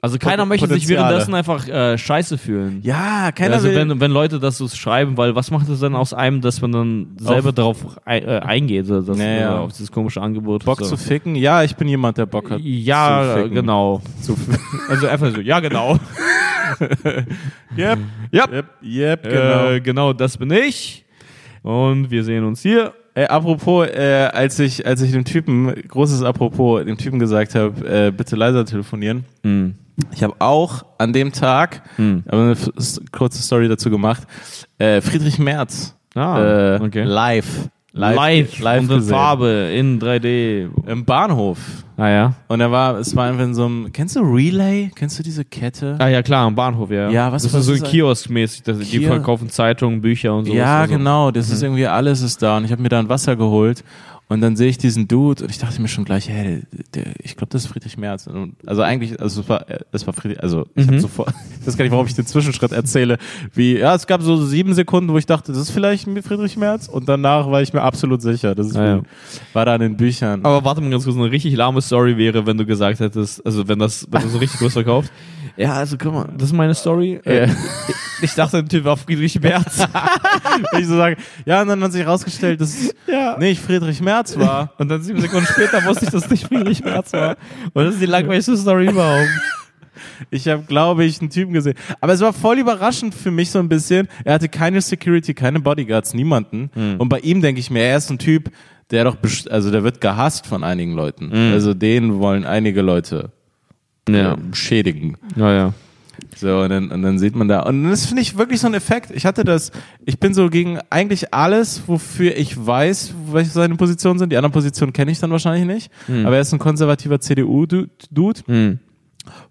Speaker 1: also keiner möchte sich
Speaker 2: Potenziale.
Speaker 1: währenddessen einfach äh, scheiße fühlen.
Speaker 2: ja, keiner
Speaker 1: Also
Speaker 2: will.
Speaker 1: wenn, wenn Leute das so schreiben, weil was macht es dann aus einem, dass man dann selber
Speaker 2: Auf-
Speaker 1: darauf ei- äh, eingeht, so, dass
Speaker 2: Naja.
Speaker 1: äh, auf dieses komische Angebot.
Speaker 2: Bock
Speaker 1: so.
Speaker 2: zu ficken? Ja, ich bin jemand, der Bock hat. zu
Speaker 1: Ja,
Speaker 2: ficken.
Speaker 1: genau.
Speaker 2: Zu f-
Speaker 1: Also einfach so, ja genau.
Speaker 2: yep,
Speaker 1: Ja,
Speaker 2: yep, yep,
Speaker 1: genau. Äh, genau, das bin ich. Und wir sehen uns hier.
Speaker 2: Ey, apropos, äh, als ich als ich dem Typen großes Apropos dem Typen gesagt habe, äh, bitte leiser telefonieren.
Speaker 1: Hm.
Speaker 2: Ich habe auch an dem Tag, aber eine f- s- kurze Story dazu gemacht, äh, Friedrich Merz
Speaker 1: Ah,
Speaker 2: äh,
Speaker 1: okay.
Speaker 2: live,
Speaker 1: Live, und in
Speaker 2: gesehen.
Speaker 1: Farbe, in 3D.
Speaker 2: im Bahnhof.
Speaker 1: Ah ja.
Speaker 2: Und er war, es war einfach in so einem. Kennst du Relay? Kennst du diese Kette?
Speaker 1: Ah ja, klar, am Bahnhof, ja.
Speaker 2: Ja, was-
Speaker 1: das
Speaker 2: was
Speaker 1: ist so
Speaker 2: ist
Speaker 1: ein
Speaker 2: ein-
Speaker 1: Kiosk-mäßig, das- die
Speaker 2: Kiosk?
Speaker 1: verkaufen Zeitungen, Bücher und so.
Speaker 2: Ja,
Speaker 1: also.
Speaker 2: genau. Das ist irgendwie alles ist da. Und ich habe mir da ein Wasser geholt. Und dann sehe ich diesen Dude und ich dachte mir schon gleich, hey, der, der, ich glaube, das ist Friedrich Merz. Und also eigentlich, also es war, äh, es war Friedrich, also ich
Speaker 1: Mhm.
Speaker 2: hab sofort, ich weiß gar nicht, warum ich den Zwischenschritt erzähle, wie, ja, es gab so sieben Sekunden, wo ich dachte, das ist vielleicht Friedrich Merz und danach war ich mir absolut sicher, das ist,
Speaker 1: Ah, ja.
Speaker 2: Friedrich. war da in den Büchern.
Speaker 1: Aber warte mal ganz kurz, eine richtig lahme Story wäre, wenn du gesagt hättest, also wenn das, wenn du so richtig groß verkaufst. Ja, also guck mal, das ist meine Story.
Speaker 2: Ja.
Speaker 1: Äh, Ich dachte, der Typ war Friedrich Merz.
Speaker 2: Wenn ich so sage, ja, und dann hat sich herausgestellt, dass es
Speaker 1: ja.
Speaker 2: nicht Friedrich Merz war.
Speaker 1: Und dann sieben Sekunden später wusste ich, dass es nicht Friedrich Merz war. Und das ist die langweiligste Story überhaupt.
Speaker 2: Ich habe, glaube ich, einen Typen gesehen. Aber es war voll überraschend für mich so ein bisschen. Er hatte keine Security, keine Bodyguards, niemanden.
Speaker 1: Hm.
Speaker 2: Und bei ihm denke ich mir, er ist ein Typ, der doch, best- also der wird gehasst von einigen Leuten. Also den wollen einige Leute
Speaker 1: Hm. Ja,
Speaker 2: äh, schädigen.
Speaker 1: ja, ja.
Speaker 2: So, und dann, und dann sieht man da. Und das finde ich wirklich so ein Effekt. Ich hatte das, ich bin so gegen eigentlich alles, wofür ich weiß, welche seine Positionen sind. Die anderen Positionen kenne ich dann wahrscheinlich nicht.
Speaker 1: Hm.
Speaker 2: Aber er ist ein konservativer CDU-Dude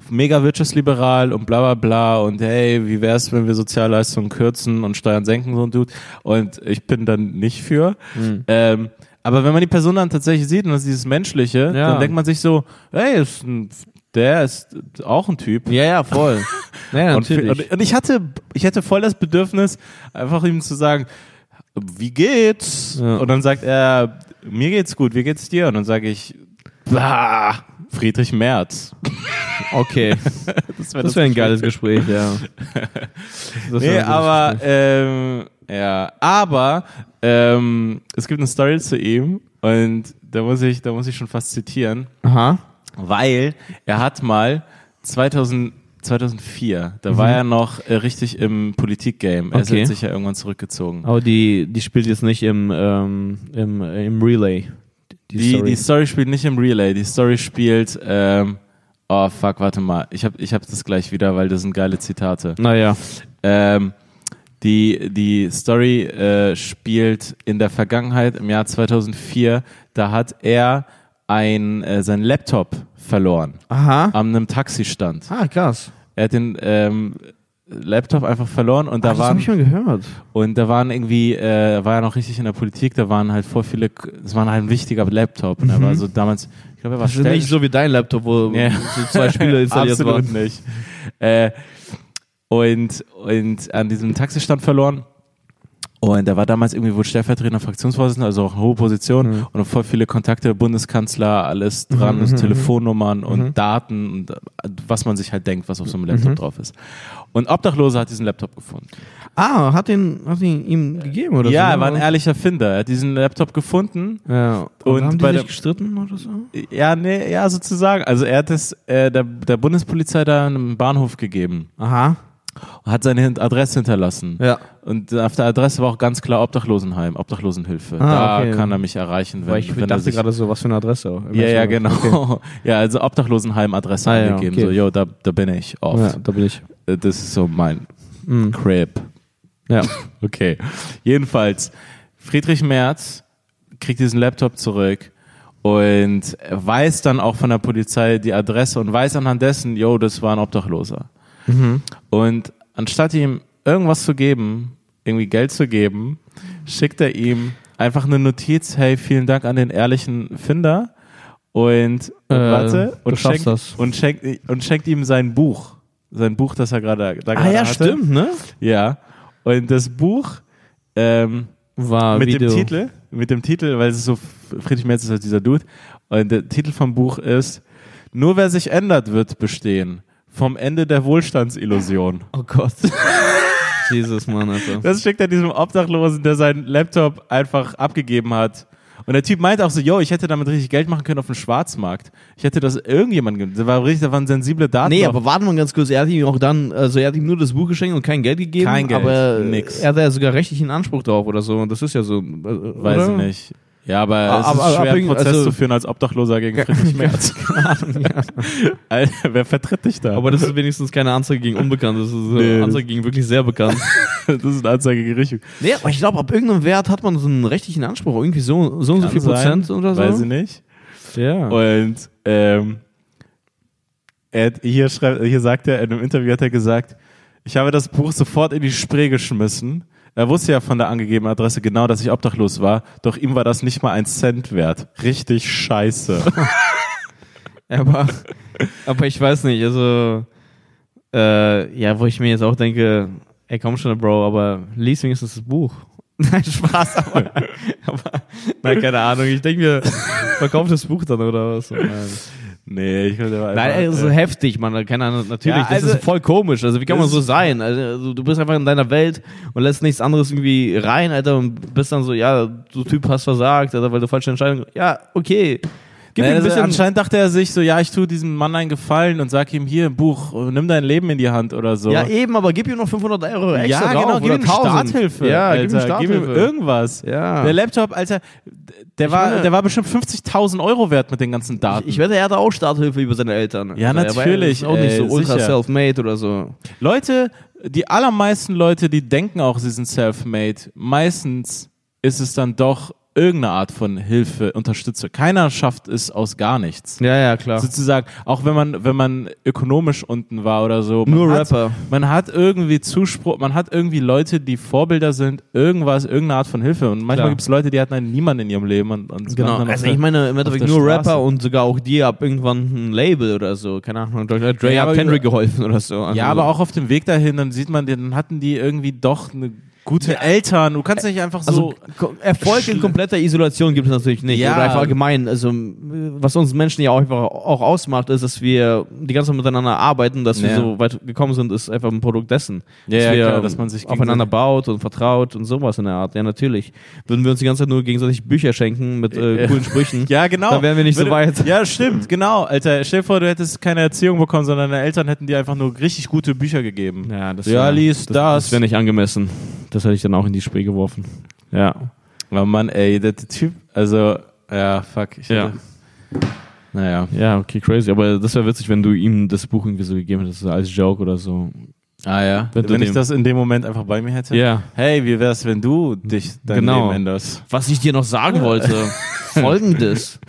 Speaker 2: mega wirtschaftsliberal und bla bla bla und hey, wie wär's, wenn wir Sozialleistungen kürzen und Steuern senken, so ein Dude. Und ich bin dann nicht für.
Speaker 1: Hm.
Speaker 2: Ähm, aber wenn man die Person dann tatsächlich sieht und das ist dieses Menschliche,
Speaker 1: Ja.
Speaker 2: dann denkt man sich so, hey, ist ein, der ist auch ein Typ.
Speaker 1: Ja, ja, voll. Naja,
Speaker 2: Und, und, und ich hatte, ich hatte voll das Bedürfnis, einfach ihm zu sagen, wie geht's?
Speaker 1: Ja.
Speaker 2: Und dann sagt er, mir geht's gut, wie geht's dir? Und dann sage ich, bah, Friedrich Merz.
Speaker 1: okay.
Speaker 2: Das wäre
Speaker 1: Das wäre ein geiles Gespräch, ja. Das wär
Speaker 2: Nee,
Speaker 1: ein gutes
Speaker 2: aber, ähm, ja, aber ähm, es gibt eine Story zu ihm und da muss ich, da muss ich schon fast zitieren,
Speaker 1: Gespräch. Aha.
Speaker 2: weil er hat mal 2000, 2004, da war er noch äh, richtig im Politikgame. Er
Speaker 1: Okay.
Speaker 2: hat sich ja irgendwann zurückgezogen.
Speaker 1: Aber die, die spielt jetzt nicht im, ähm, im, im Relay.
Speaker 2: die, die Story spielt nicht im Relay, die Story spielt, ähm, oh fuck, warte mal, ich hab, ich hab das gleich wieder, weil das sind geile Zitate.
Speaker 1: naja.
Speaker 2: Ähm, Die, die Story äh, spielt in der Vergangenheit, im Jahr 2004. Da hat er ein, äh, seinen Laptop verloren
Speaker 1: Aha.
Speaker 2: an einem Taxistand.
Speaker 1: Ah, krass.
Speaker 2: Er hat den ähm, Laptop einfach verloren und da
Speaker 1: Ah, das
Speaker 2: waren
Speaker 1: habe ich mal gehört.
Speaker 2: und da waren irgendwie, äh, er war ja noch richtig in der Politik, da waren halt voll viele, es war halt ein wichtiger Laptop. Und er war so damals, ich glaube, er war
Speaker 1: Mhm. Das ist nicht so wie dein Laptop, wo
Speaker 2: Ja.
Speaker 1: so zwei Spiele installiert
Speaker 2: Absolut
Speaker 1: waren.
Speaker 2: nicht. Äh, und, und an diesem Taxistand verloren. Und er war damals irgendwie wohl stellvertretender Fraktionsvorsitzender, also auch eine hohe Position und voll viele Kontakte, Bundeskanzler, alles dran, ist Telefonnummern und Daten und äh, was man sich halt denkt, was auf so einem Laptop drauf ist. Und Obdachlose hat diesen Laptop gefunden.
Speaker 1: Ah, hat ihn, hat ihn ihm gegeben oder
Speaker 2: ja,
Speaker 1: so?
Speaker 2: er war ein ehrlicher Finder. Er hat diesen Laptop gefunden
Speaker 1: Ja. Und,
Speaker 2: Und
Speaker 1: haben die
Speaker 2: bei
Speaker 1: sich
Speaker 2: der-
Speaker 1: gestritten oder so?
Speaker 2: Ja, nee, ja, sozusagen. Also er hat es äh, der, der Bundespolizei da einen Bahnhof gegeben
Speaker 1: Aha.
Speaker 2: und hat seine Hin- Adresse hinterlassen.
Speaker 1: Ja.
Speaker 2: Und auf der Adresse war auch ganz klar Obdachlosenheim, Obdachlosenhilfe.
Speaker 1: Ah,
Speaker 2: da
Speaker 1: okay.
Speaker 2: kann er mich erreichen, wenn,
Speaker 1: Weil ich
Speaker 2: wenn er
Speaker 1: dachte
Speaker 2: sich...
Speaker 1: gerade so, was für eine Adresse.
Speaker 2: Ja, ja, genau. Ja, also Obdachlosenheim-Adresse
Speaker 1: Ah, ja,
Speaker 2: angegeben.
Speaker 1: okay.
Speaker 2: So, yo, da, da bin ich
Speaker 1: Ja,
Speaker 2: oft.
Speaker 1: da bin ich.
Speaker 2: Äh, Das ist so mein
Speaker 1: Mhm.
Speaker 2: Crib.
Speaker 1: Ah, Ja.
Speaker 2: Okay. Jedenfalls, Friedrich Merz kriegt diesen Laptop zurück und weiß dann auch von der Polizei die Adresse und weiß anhand dessen, yo, das war ein Obdachloser.
Speaker 1: Mhm.
Speaker 2: Und anstatt ihm irgendwas zu geben, irgendwie Geld zu geben, schickt er ihm einfach eine Notiz, hey, vielen Dank an den ehrlichen Finder und
Speaker 1: Äh,
Speaker 2: warte
Speaker 1: du
Speaker 2: und
Speaker 1: schaffst
Speaker 2: schenkt,
Speaker 1: das.
Speaker 2: und, schenkt, und schenkt ihm sein Buch. Sein Buch, das er gerade da
Speaker 1: Ah
Speaker 2: gerade
Speaker 1: ja,
Speaker 2: hatte.
Speaker 1: stimmt, ne?
Speaker 2: Ja. Und das Buch ähm,
Speaker 1: War
Speaker 2: mit
Speaker 1: Video.
Speaker 2: dem Titel, mit dem Titel, weil es ist so Friedrich Merz ist halt dieser Dude. Und der Titel vom Buch ist: Nur wer sich ändert, wird bestehen. Vom Ende der Wohlstandsillusion.
Speaker 1: Oh Gott. Jesus, Mann, Alter.
Speaker 2: Das schickt er diesem Obdachlosen, der seinen Laptop einfach abgegeben hat. Und der Typ meint auch so, yo, ich hätte damit richtig Geld machen können auf dem Schwarzmarkt. Ich hätte das irgendjemandem, gegeben. das war richtig, da waren sensible Daten.
Speaker 1: Nee,
Speaker 2: drauf.
Speaker 1: aber warte mal ganz kurz. Er hat ihm auch dann, also er hat ihm nur das Buch geschenkt und kein Geld gegeben.
Speaker 2: Kein Geld,
Speaker 1: aber
Speaker 2: nix.
Speaker 1: er hat ja sogar rechtlichen Anspruch drauf oder so. Und das ist ja so. äh,
Speaker 2: Weiß
Speaker 1: oder?
Speaker 2: ich nicht. Ja, aber es
Speaker 1: Aber- aber
Speaker 2: ist schwer, einen
Speaker 1: abhängig-
Speaker 2: Prozess
Speaker 1: also-
Speaker 2: zu führen als Obdachloser gegen Friedrich Merz. Alter, wer vertritt dich da?
Speaker 1: Aber das ist wenigstens keine Anzeige gegen Unbekannte, das ist eine
Speaker 2: Nee, das-
Speaker 1: Anzeige gegen wirklich sehr bekannt.
Speaker 2: das ist eine Anzeige gegen Richtung.
Speaker 1: nee, aber ich glaube, ab irgendeinem Wert hat man so einen rechtlichen Anspruch, irgendwie so, so und so viel Prozent oder so.
Speaker 2: Weiß ich nicht.
Speaker 1: Ja.
Speaker 2: Und ähm, er, hat- hier, schreibt, hier sagt er, in einem Interview hat er gesagt, ich habe das Buch sofort in die Spree geschmissen. Er wusste ja von der angegebenen Adresse genau, dass ich obdachlos war, doch ihm war das nicht mal ein Cent wert. Richtig scheiße.
Speaker 1: Aber, aber ich weiß nicht, also, äh, ja, wo ich mir jetzt auch denke, ey, komm schon, Bro, aber lies wenigstens das Buch. Nein, Spaß, aber, aber nein, keine Ahnung, ich denke mir, verkauf das Buch dann oder was. Nein,
Speaker 2: nee, ich würde aber
Speaker 1: nein
Speaker 2: einfach,
Speaker 1: ey, das
Speaker 2: äh,
Speaker 1: ist heftig, man, keine Ahnung, natürlich,
Speaker 2: Ja, also-
Speaker 1: das ist voll komisch, also wie kann man
Speaker 2: Das-
Speaker 1: so sein? Also, du bist einfach in deiner Welt und lässt nichts anderes irgendwie rein, Alter, und bist dann so, ja, du Typ hast versagt, Alter, weil du falsche Entscheidung, ja, okay. Gib
Speaker 2: Naja,
Speaker 1: ihm ein
Speaker 2: also
Speaker 1: bisschen
Speaker 2: anscheinend dachte er sich so, ja, ich tue diesem Mann einen Gefallen und sag ihm hier, Buch, nimm dein Leben in die Hand oder so.
Speaker 1: Ja, eben, aber gib ihm noch 500 Euro extra
Speaker 2: ja
Speaker 1: drauf
Speaker 2: genau, gib
Speaker 1: oder
Speaker 2: ihm
Speaker 1: 1000.
Speaker 2: Starthilfe.
Speaker 1: Ja,
Speaker 2: Alter,
Speaker 1: gib ihm Starthilfe.
Speaker 2: irgendwas.
Speaker 1: ja.
Speaker 2: Der Laptop, Alter, der war,
Speaker 1: meine-
Speaker 2: der war bestimmt 50.000 Euro wert mit den ganzen Daten.
Speaker 1: ich wette, er hatte auch Starthilfe über seine Eltern.
Speaker 2: Ja,
Speaker 1: Also, er war-
Speaker 2: natürlich,
Speaker 1: ist auch nicht
Speaker 2: ey,
Speaker 1: so ultra
Speaker 2: sicher.
Speaker 1: self-made oder so.
Speaker 2: Leute, die allermeisten Leute, die denken auch, sie sind self-made, meistens ist es dann doch irgendeine Art von Hilfe, Unterstützung. Keiner schafft es aus gar nichts.
Speaker 1: Ja, ja, klar.
Speaker 2: Sozusagen, auch wenn man, wenn man ökonomisch unten war oder so. Man
Speaker 1: Nur
Speaker 2: hat-
Speaker 1: Rapper.
Speaker 2: Man hat irgendwie Zuspruch, man hat irgendwie Leute, die Vorbilder sind, irgendwas, irgendeine Art von Hilfe. Und manchmal
Speaker 1: Klar.
Speaker 2: gibt es Leute, die hatten halt niemanden in ihrem Leben. Und, und
Speaker 1: Genau,
Speaker 2: waren dann auf
Speaker 1: also
Speaker 2: der-
Speaker 1: ich meine, im Endeffekt
Speaker 2: der
Speaker 1: nur
Speaker 2: Straße.
Speaker 1: Rapper und sogar auch dir ab irgendwann ein Label oder so. Keine Ahnung, Dr. Dre
Speaker 2: Ja,
Speaker 1: hat
Speaker 2: aber
Speaker 1: Kendrick
Speaker 2: über-
Speaker 1: geholfen oder so. Also,
Speaker 2: Ja, aber auch auf dem Weg dahin, dann sieht man, dann hatten die irgendwie doch eine gute Eltern. Du kannst nicht einfach so.
Speaker 1: Also ko- Erfolg in kompletter Isolation gibt es natürlich nicht.
Speaker 2: Ja.
Speaker 1: Oder einfach allgemein. Also m- was uns Menschen ja auch einfach auch ausmacht, ist, dass wir die ganze Zeit miteinander arbeiten, dass wir
Speaker 2: Ja.
Speaker 1: so weit gekommen sind, ist einfach ein Produkt dessen.
Speaker 2: Ja,
Speaker 1: dass
Speaker 2: ja,
Speaker 1: wir
Speaker 2: klar, dass man sich
Speaker 1: um aufeinander baut und vertraut und sowas in der Art. Ja, natürlich. Würden wir uns die ganze Zeit nur gegenseitig Bücher schenken mit äh,
Speaker 2: Ja.
Speaker 1: coolen Sprüchen.
Speaker 2: ja, genau.
Speaker 1: Dann wären wir nicht so
Speaker 2: Würde-
Speaker 1: weit.
Speaker 2: Ja, stimmt, genau. Alter, stell dir vor, du hättest keine Erziehung bekommen, sondern deine Eltern hätten dir einfach nur richtig gute Bücher gegeben.
Speaker 1: Ja, das
Speaker 2: Ja,
Speaker 1: wär-
Speaker 2: lies
Speaker 1: das,
Speaker 2: das.
Speaker 1: Das wäre nicht angemessen. Das hätte ich dann auch in die Spree geworfen. Ja.
Speaker 2: Aber Oh Mann, ey, der Typ, also, ja, fuck. Ich
Speaker 1: Ja.
Speaker 2: hätte- Naja.
Speaker 1: Ja, okay, crazy. Aber das wäre witzig, wenn du ihm das Buch irgendwie so gegeben hättest, so als Joke oder so.
Speaker 2: Ah ja.
Speaker 1: Wenn
Speaker 2: Wenn,
Speaker 1: du
Speaker 2: ich
Speaker 1: dem-
Speaker 2: das in dem Moment einfach bei mir hätte.
Speaker 1: Ja.
Speaker 2: Hey, wie wär's, wenn du dich dein
Speaker 1: Genau.
Speaker 2: Leben änderst?
Speaker 1: Was ich dir noch sagen wollte, folgendes.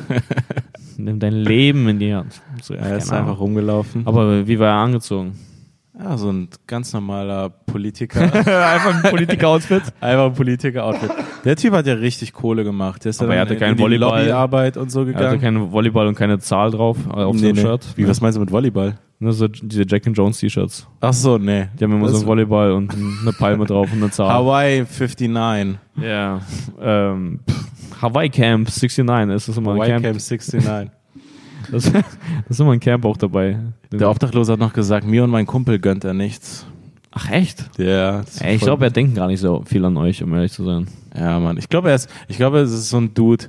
Speaker 1: Nimm dein Leben in die Hand. So, ja,
Speaker 2: Er ist
Speaker 1: keine Ahnung.
Speaker 2: einfach rumgelaufen.
Speaker 1: Genau. Aber wie war er angezogen?
Speaker 2: Ja, so ein ganz normaler Politiker.
Speaker 1: einfach ein Politiker-Outfit.
Speaker 2: einfach ein Politiker-Outfit. Der Typ hat ja richtig Kohle gemacht. Der ist
Speaker 1: Aber
Speaker 2: dann
Speaker 1: er hatte
Speaker 2: in
Speaker 1: keinen
Speaker 2: die
Speaker 1: Volleyball.
Speaker 2: Lobbyarbeit und so
Speaker 1: Er hatte
Speaker 2: gegangen.
Speaker 1: keinen Volleyball und keine Zahl drauf äh, auf
Speaker 2: Nee,
Speaker 1: seinem
Speaker 2: nee.
Speaker 1: Shirt.
Speaker 2: Wie, was meinst du mit Volleyball?
Speaker 1: Ne, so diese Jack and Jones T-Shirts.
Speaker 2: Ach so, nee.
Speaker 1: Die haben immer so
Speaker 2: Das-
Speaker 1: einen Volleyball und eine Palme drauf und eine Zahl.
Speaker 2: Hawaii 59.
Speaker 1: Ja. Ähm, pff, Hawaii Camp 69 ist das immer
Speaker 2: Hawaii
Speaker 1: ein
Speaker 2: Camp,
Speaker 1: Camp.
Speaker 2: 69.
Speaker 1: Das, das ist immer ein Camp auch dabei.
Speaker 2: Der Obdachlose hat noch gesagt, mir und mein Kumpel gönnt er nichts.
Speaker 1: Ach echt?
Speaker 2: Der.
Speaker 1: Ey, ich glaube, er denkt gar nicht so viel an euch, um ehrlich zu sein.
Speaker 2: Ja, Mann. Ich glaube, er ist, ich glaube, es ist so ein Dude,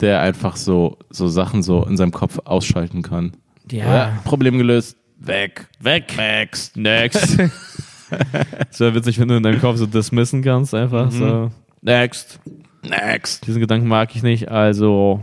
Speaker 2: der einfach so, so Sachen so in seinem Kopf ausschalten kann. Ja, Problem gelöst. Weg.
Speaker 1: Weg. Next. Next. so witzig, wenn du in deinem Kopf so dismissen kannst,
Speaker 2: Mhm.
Speaker 1: einfach so. Next.
Speaker 2: Next.
Speaker 1: Diesen Gedanken mag ich nicht, also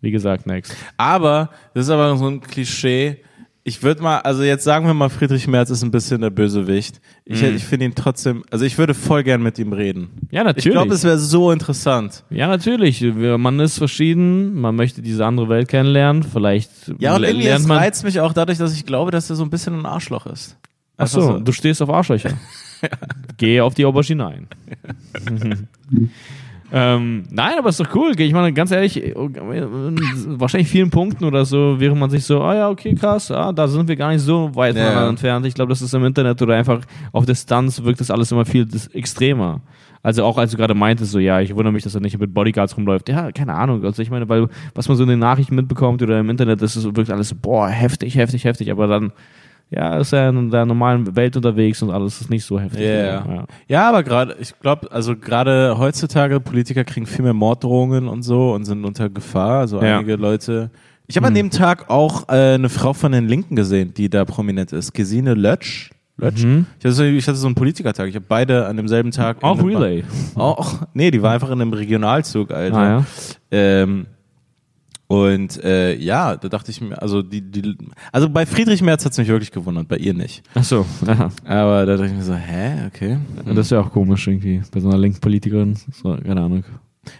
Speaker 1: wie gesagt, next.
Speaker 2: Aber, das ist aber so ein Klischee. Ich würde mal, also jetzt sagen wir mal, Friedrich Merz ist ein bisschen der Bösewicht.
Speaker 1: Mhm.
Speaker 2: Ich, ich finde ihn trotzdem, also ich würde voll gern mit ihm reden.
Speaker 1: Ja, natürlich.
Speaker 2: Ich glaube, es wäre so interessant.
Speaker 1: Ja, natürlich. Wir- Man ist verschieden, man möchte diese andere Welt kennenlernen. Vielleicht
Speaker 2: Ja, und
Speaker 1: le-
Speaker 2: irgendwie
Speaker 1: lernt
Speaker 2: es
Speaker 1: man.
Speaker 2: reizt mich auch dadurch, dass ich glaube, dass er so ein bisschen ein Arschloch ist.
Speaker 1: Ach so,
Speaker 2: Einfach
Speaker 1: Also, du stehst auf Arschlöcher. Geh auf die Aubergine ein. ähm, nein, aber ist doch cool. Ich meine, ganz ehrlich, wahrscheinlich vielen Punkten oder so wäre man sich so, ah ja, okay, krass, ah, da sind wir gar nicht so weit
Speaker 2: Ja.
Speaker 1: voneinander entfernt. Ich glaube, das ist im Internet oder einfach auf Distanz wirkt das alles immer viel dis- extremer. Also auch als du gerade meintest, so ja, ich wundere mich, dass er nicht mit Bodyguards rumläuft. Ja, keine Ahnung. Also ich meine, weil was man so in den Nachrichten mitbekommt oder im Internet, das ist, so- wirkt alles so, boah, heftig, heftig, heftig. Aber dann, ja, ist er in der normalen Welt unterwegs und alles ist nicht so heftig.
Speaker 2: Ja,
Speaker 1: Ja.
Speaker 2: ja. ja, aber gerade, ich glaube, also gerade heutzutage, Politiker kriegen viel mehr Morddrohungen und so und sind unter Gefahr. Also
Speaker 1: Ja.
Speaker 2: einige Leute. Ich habe an dem Tag auch äh, eine Frau von den Linken gesehen, die da prominent ist. Gesine Lötsch. Lötsch. Ich, hatte so, ich hatte so einen Politikertag. Ich habe beide an demselben Tag. in
Speaker 1: Auch
Speaker 2: einem-
Speaker 1: Relay.
Speaker 2: Auch, nee, die war einfach in einem Regionalzug, Alter.
Speaker 1: Ah, ja.
Speaker 2: Ähm, und äh, ja, da dachte ich mir, also die, die also bei Friedrich Merz hat's mich wirklich gewundert, bei ihr nicht.
Speaker 1: Ach so, aha.
Speaker 2: Aber da dachte ich mir so, hä, okay.
Speaker 1: Das ist ja auch komisch irgendwie bei so einer Linkpolitikerin. So, keine Ahnung.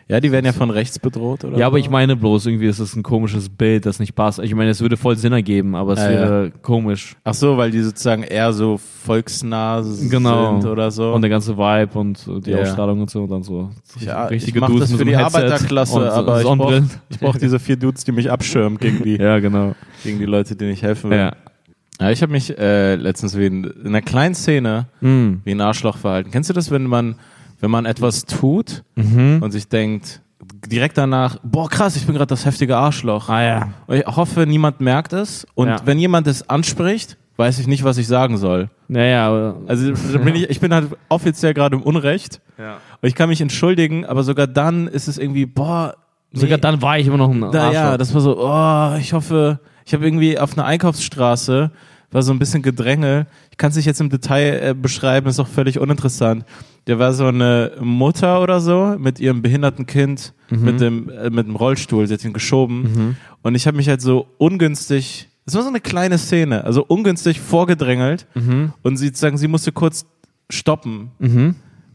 Speaker 2: Ja, die werden ja von rechts bedroht, oder?
Speaker 1: Ja, aber
Speaker 2: so.
Speaker 1: ich meine bloß, irgendwie ist das ein komisches Bild, das nicht passt. Ich meine, es würde voll Sinn ergeben, aber es
Speaker 2: Ja,
Speaker 1: wäre komisch.
Speaker 2: Ach so, weil die sozusagen eher so volksnah s-
Speaker 1: Genau.
Speaker 2: sind oder so.
Speaker 1: Und der ganze Vibe und äh, die
Speaker 2: Ja.
Speaker 1: Ausstrahlung und so und dann so.
Speaker 2: ja, ich
Speaker 1: richtige
Speaker 2: mach
Speaker 1: Dudes
Speaker 2: das
Speaker 1: mit
Speaker 2: für
Speaker 1: so
Speaker 2: die
Speaker 1: einem Headset und
Speaker 2: Arbeiterklasse,
Speaker 1: so
Speaker 2: aber ich brauch-
Speaker 1: Sonnenbrillen.
Speaker 2: ich brauche diese vier Dudes, die mich abschirmen gegen die,
Speaker 1: Ja, genau.
Speaker 2: gegen die Leute, denen ich helfen will.
Speaker 1: Ja.
Speaker 2: Ja, ich habe mich äh, letztens wie in, in einer kleinen Szene
Speaker 1: Mm.
Speaker 2: wie ein Arschloch verhalten. Kennst du das, wenn man, wenn man etwas tut
Speaker 1: Mhm.
Speaker 2: und sich denkt, direkt danach, boah krass, ich bin gerade das heftige Arschloch.
Speaker 1: Ah ja.
Speaker 2: Und Ich hoffe, niemand merkt es. Und
Speaker 1: Ja.
Speaker 2: wenn jemand es anspricht, weiß ich nicht, was ich sagen soll.
Speaker 1: Naja, aber.
Speaker 2: Also da bin ich, ich bin halt offiziell gerade im Unrecht.
Speaker 1: Ja.
Speaker 2: Und ich kann mich entschuldigen, aber sogar dann ist es irgendwie, boah, nee,
Speaker 1: Sogar dann war ich immer noch ein
Speaker 2: da,
Speaker 1: Arschloch.
Speaker 2: ja, das war so, oh, ich hoffe, ich habe irgendwie auf einer Einkaufsstraße, war so ein bisschen Gedränge. Ich kann es nicht jetzt im Detail äh, beschreiben, ist auch völlig uninteressant. Da war so eine Mutter oder so mit ihrem behinderten Kind mit, dem, äh, mit dem Rollstuhl, sie hat ihn geschoben. Und ich habe mich halt so ungünstig, es war so eine kleine Szene, also ungünstig vorgedrängelt. Und sie sagen, sie musste kurz stoppen.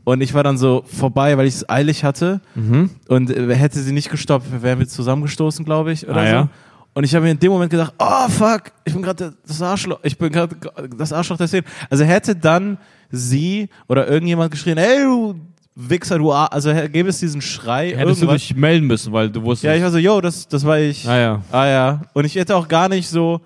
Speaker 2: Und ich war dann so vorbei, weil ich es eilig hatte.
Speaker 1: Mhm.
Speaker 2: Und äh, hätte sie nicht gestoppt, wären wir zusammengestoßen, glaube ich. Oder
Speaker 1: Ah,
Speaker 2: so.
Speaker 1: ja?
Speaker 2: Und ich habe mir in dem Moment gedacht, oh fuck, ich bin gerade das Arschloch, ich bin gerade das Arschloch der Szene. Also hätte dann sie oder irgendjemand geschrien, ey du Wichser, du Ar also hä- gäbe es diesen Schrei
Speaker 1: Hättest du
Speaker 2: irgendwas.
Speaker 1: dich melden müssen, weil du wusstest.
Speaker 2: ja, ich war so, yo, das, das war ich.
Speaker 1: Ah ja.
Speaker 2: Ah ja. Und ich hätte auch gar nicht so.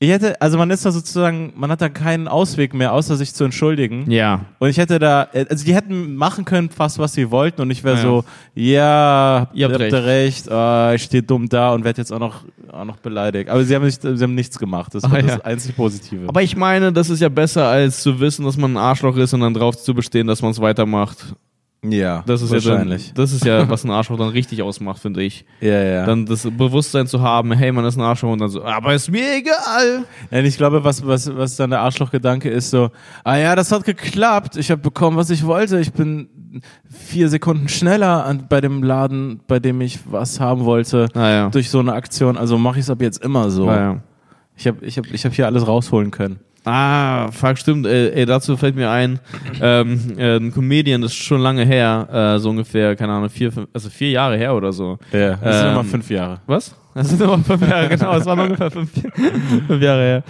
Speaker 2: Ich hätte, also man ist da sozusagen, man hat da keinen Ausweg mehr, außer sich zu entschuldigen.
Speaker 1: Ja.
Speaker 2: Und ich hätte da, also die hätten machen können fast, was sie wollten und ich wäre
Speaker 1: Ah, Ja.
Speaker 2: so, ja,
Speaker 1: Ihr habt
Speaker 2: da recht, ah, ich stehe dumm da und werde jetzt auch noch, auch noch beleidigt. Aber sie haben, nicht, sie haben nichts gemacht, das war
Speaker 1: Ah,
Speaker 2: das
Speaker 1: ja.
Speaker 2: einzig Positive.
Speaker 1: Aber ich meine, das ist ja besser, als zu wissen, dass man ein Arschloch ist und dann drauf zu bestehen, dass man es weitermacht.
Speaker 2: ja,
Speaker 1: Das ist
Speaker 2: wahrscheinlich.
Speaker 1: Ja dann, das ist ja, was ein Arschloch dann richtig ausmacht, finde ich.
Speaker 2: ja, ja.
Speaker 1: Dann das Bewusstsein zu haben, hey, man ist ein Arschloch und dann so, aber ist mir egal.
Speaker 2: Nein, ich glaube, was, was, was dann der Arschlochgedanke ist, so, ah ja, das hat geklappt, ich habe bekommen, was ich wollte, ich bin vier Sekunden schneller an, bei dem Laden, bei dem ich was haben wollte,
Speaker 1: Naja.
Speaker 2: durch so eine Aktion, also mache ich es ab jetzt immer so.
Speaker 1: naja.
Speaker 2: Ich habe ich hab, ich hab hier alles rausholen können.
Speaker 1: Ah, fuck, stimmt. Äh, ey, dazu fällt mir ein, ähm, äh, ein Comedian, das ist schon lange her, äh, so ungefähr, keine Ahnung, vier, fünf, also vier Jahre her oder so.
Speaker 2: Ja, das sind
Speaker 1: Ähm,
Speaker 2: nochmal fünf Jahre.
Speaker 1: Was? Das sind aber fünf Jahre, genau, es waren ungefähr fünf, fünf Jahre her.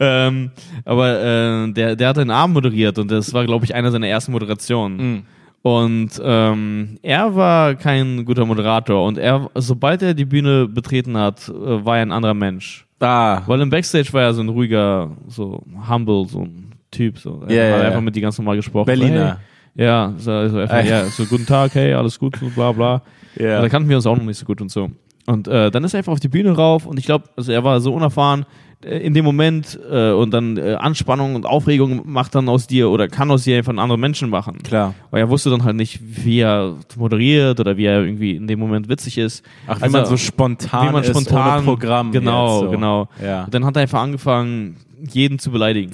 Speaker 1: Ähm, aber äh, der, der hat einen Abend moderiert und das war, glaube ich, einer seiner ersten Moderationen.
Speaker 2: Mhm.
Speaker 1: Und ähm, er war kein guter Moderator und er, sobald er die Bühne betreten hat, äh, war er ein anderer Mensch.
Speaker 2: Da.
Speaker 1: Weil im Backstage war er so ein ruhiger, so humble, so ein Typ. So. Er
Speaker 2: Ja, ja,
Speaker 1: hat
Speaker 2: ja.
Speaker 1: einfach mit die ganz normal gesprochen.
Speaker 2: Berliner.
Speaker 1: So, hey. Ja, so, also, so, einfach,
Speaker 2: Ey.
Speaker 1: ja, so guten Tag, hey, alles gut, und bla bla.
Speaker 2: Ja.
Speaker 1: Und Da kannten wir uns auch noch nicht so gut und so. Und äh, dann ist er einfach auf die Bühne rauf und ich glaube, also er war so unerfahren äh, in dem Moment äh, und dann äh, Anspannung und Aufregung macht dann aus dir oder kann aus dir einfach einen anderen Menschen machen.
Speaker 2: Klar.
Speaker 1: Weil er wusste dann halt nicht, wie er moderiert oder wie er irgendwie in dem Moment witzig ist. Also,
Speaker 2: Ach, wie Also, man so spontan,
Speaker 1: wie man
Speaker 2: ist,
Speaker 1: spontan
Speaker 2: ohne Programm.
Speaker 1: Genau,
Speaker 2: jetzt so.
Speaker 1: genau.
Speaker 2: Ja.
Speaker 1: Und dann hat er einfach angefangen, jeden zu beleidigen.